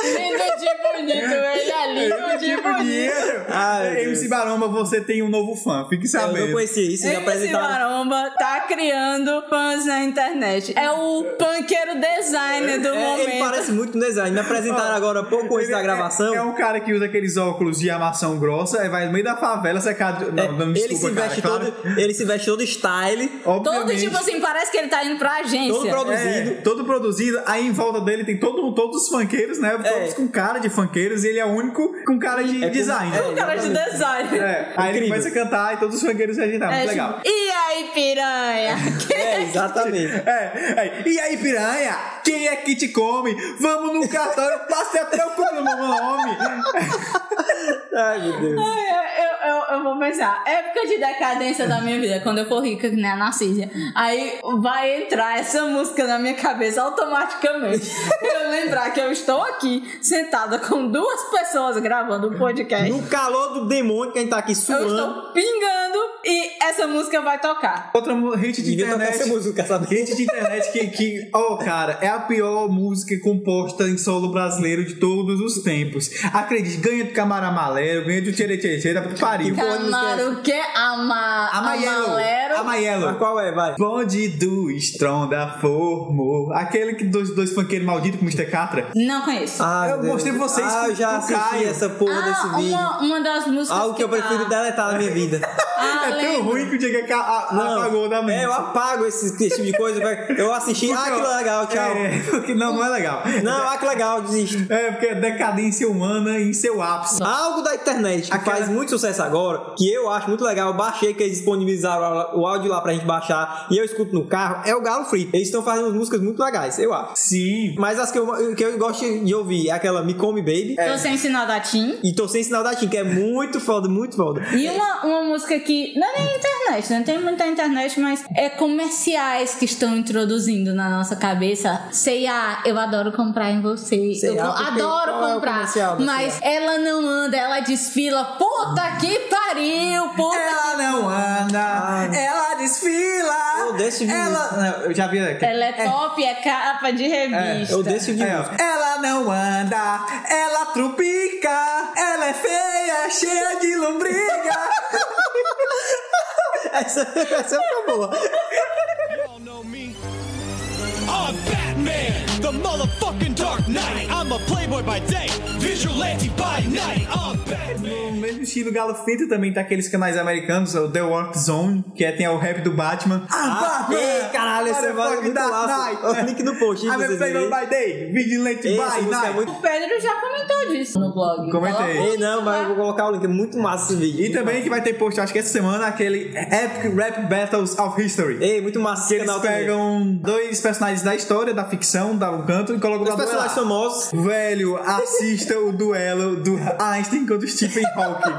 Lindo de bonito, ele é lindo de
Tipo
bonito.
dinheiro.
Ai, meu
MC Baromba, você tem um novo fã, fique
Eu não
sabendo.
conhecia isso, já
Esse
apresentaram.
maromba tá criando fãs na internet. É o punkeiro designer do
É, ele
um momento.
parece muito no design. Me apresentaram agora pouco antes
Ele
da
é-
gravação.
É, um cara que usa aqueles óculos de armação grossa, aí vai no meio da favela secado. Não, não,
É, ele,
desculpa,
se
cara,
veste
claro.
todo, ele se veste todo style,
Todo
Obviamente.
tipo assim, parece que ele tá indo pra agência.
todo produzido.
É, todo produzido, aí em volta dele tem todo, um, todos os funkeiros, né?
É.
Todos com cara de funkeiros e ele é o único com cara de design.
é,
Cara de design.
É, Aí ele
Incrível.
começa a cantar e todos os funkeiros se agitam.
É,
muito legal.
tipo, e aí, piranha?
É, exatamente.
É, aí, e aí, piranha? Quem é que te come? Vamos no cartório, passe até o cu do meu nome.
Ai, meu Deus.
Ai, eu, eu, eu vou pensar. Época de decadência da minha vida, quando eu for rica, que nem a Narcísia. Aí vai entrar essa música na minha cabeça automaticamente. eu lembrar que eu estou aqui, sentada com duas pessoas gravando um podcast.
No calor do demônio que a gente tá aqui
Eu
suando.
estou pingando e essa música vai tocar.
Outra mu- hit de
Devia tocar essa
internet.
música, sabe?
Hit de internet que, que oh, cara, é a pior música composta em solo brasileiro de todos os tempos. Acredite, ganha de Camara Malero, ganha de Tchere Tchere Tchere, da puta que pariu.
Camaro que é ama,
Amarelo.
amarelo.
Mas
Amarelo.
qual é? Vai.
Bonde do Estronda Formo. Aquele que dos dois funkeiros malditos com o Mr. Catra.
Não conheço.
Ah,
Eu
meu Deus.
mostrei pra vocês
Ah,
com-
eu já
com o
assisti
Caio.
essa porra desse
Ah,
vídeo.
uma, uma das músicas.
Algo que eu prefiro
tá...
deletar na minha vida.
Ah,
é tão
lembro.
ruim que o Diego aca- a-
Não.
apagou da mente.
É, eu apago esse, esse tipo de coisa. vai. Eu assisti. Ah, que legal, tchau.
É, porque não, não é legal.
Não, ah, que legal, desisto.
É, porque é decadência humana em seu ápice.
Algo da internet que
Aquela-
faz muito sucesso agora, que eu acho muito legal, eu baixei que eles disponibilizaram o áudio lá pra gente baixar e eu escuto no carro, é o Galo Frito. Eles estão fazendo músicas muito legais, eu acho.
Sim.
Mas as que eu, que eu gosto de ouvir é aquela Me Come Baby
Tô sem sinal da Tim.
e Tô Sem Sinal da Tim, que é muito foda, muito foda.
E uma, uma música que não é nem internet, não tem muita internet, mas é comerciais que estão introduzindo na nossa cabeça. C&A, eu adoro comprar em você.
C&A,
eu co-
porque
adoro
qual é o
comprar.
comercial da
mas ela não anda, ela desfila. Puta que pariu, puta.
É.
Ela não anda, ela desfila.
Ah. Eu deixo de
ela. Não, eu já vi aqui.
Ela é top, é capa de revista.
Eu desse de
É, ó.
música.
Ela não anda, ela trupica, ela é feia, cheia de lombriga.
Essa, essa é uma boa.
Y'all know me. I'm Batman, the motherfucking Dark Knight. I'm a playboy by day, vigilante by night. I'm Batman.
No mesmo estilo Galo Frito também tá aqueles canais americanos, o The Work Zone, que é, tem o rap do Batman. Ah,
Ei, caralho, esse vai muito Tipo laço. O link no post, hein,
I'm a
vocês
playboy
verem.
by day, vigilante
Essa
by
música é
night.
muito...
O Pedro já comentou disso no blog.
Comentei.
Coloca o
Ei, não, mas eu vou colocar o link, é muito massa esse vídeo.
E também que vai ter post, acho que essa semana, aquele Epic Rap Battles of History.
Ei, muito massa
Que
esse
eles
canal também.
pegam dois personagens da história, da ficção, da um canto, e colocam
Os
pra duelar.
personagens famosos
Velho, assista o duelo do Einstein contra o Stephen Hawking.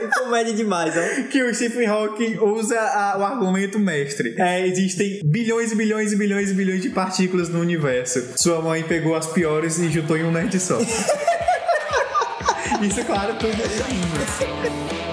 e comédia demais, ó.
que o Stephen Hawking usa a- o argumento mestre. É, existem bilhões e bilhões e bilhões e bilhões de partículas no universo. Sua mãe pegou as piores e é juntou em um nerd só. Isso, claro, tudo.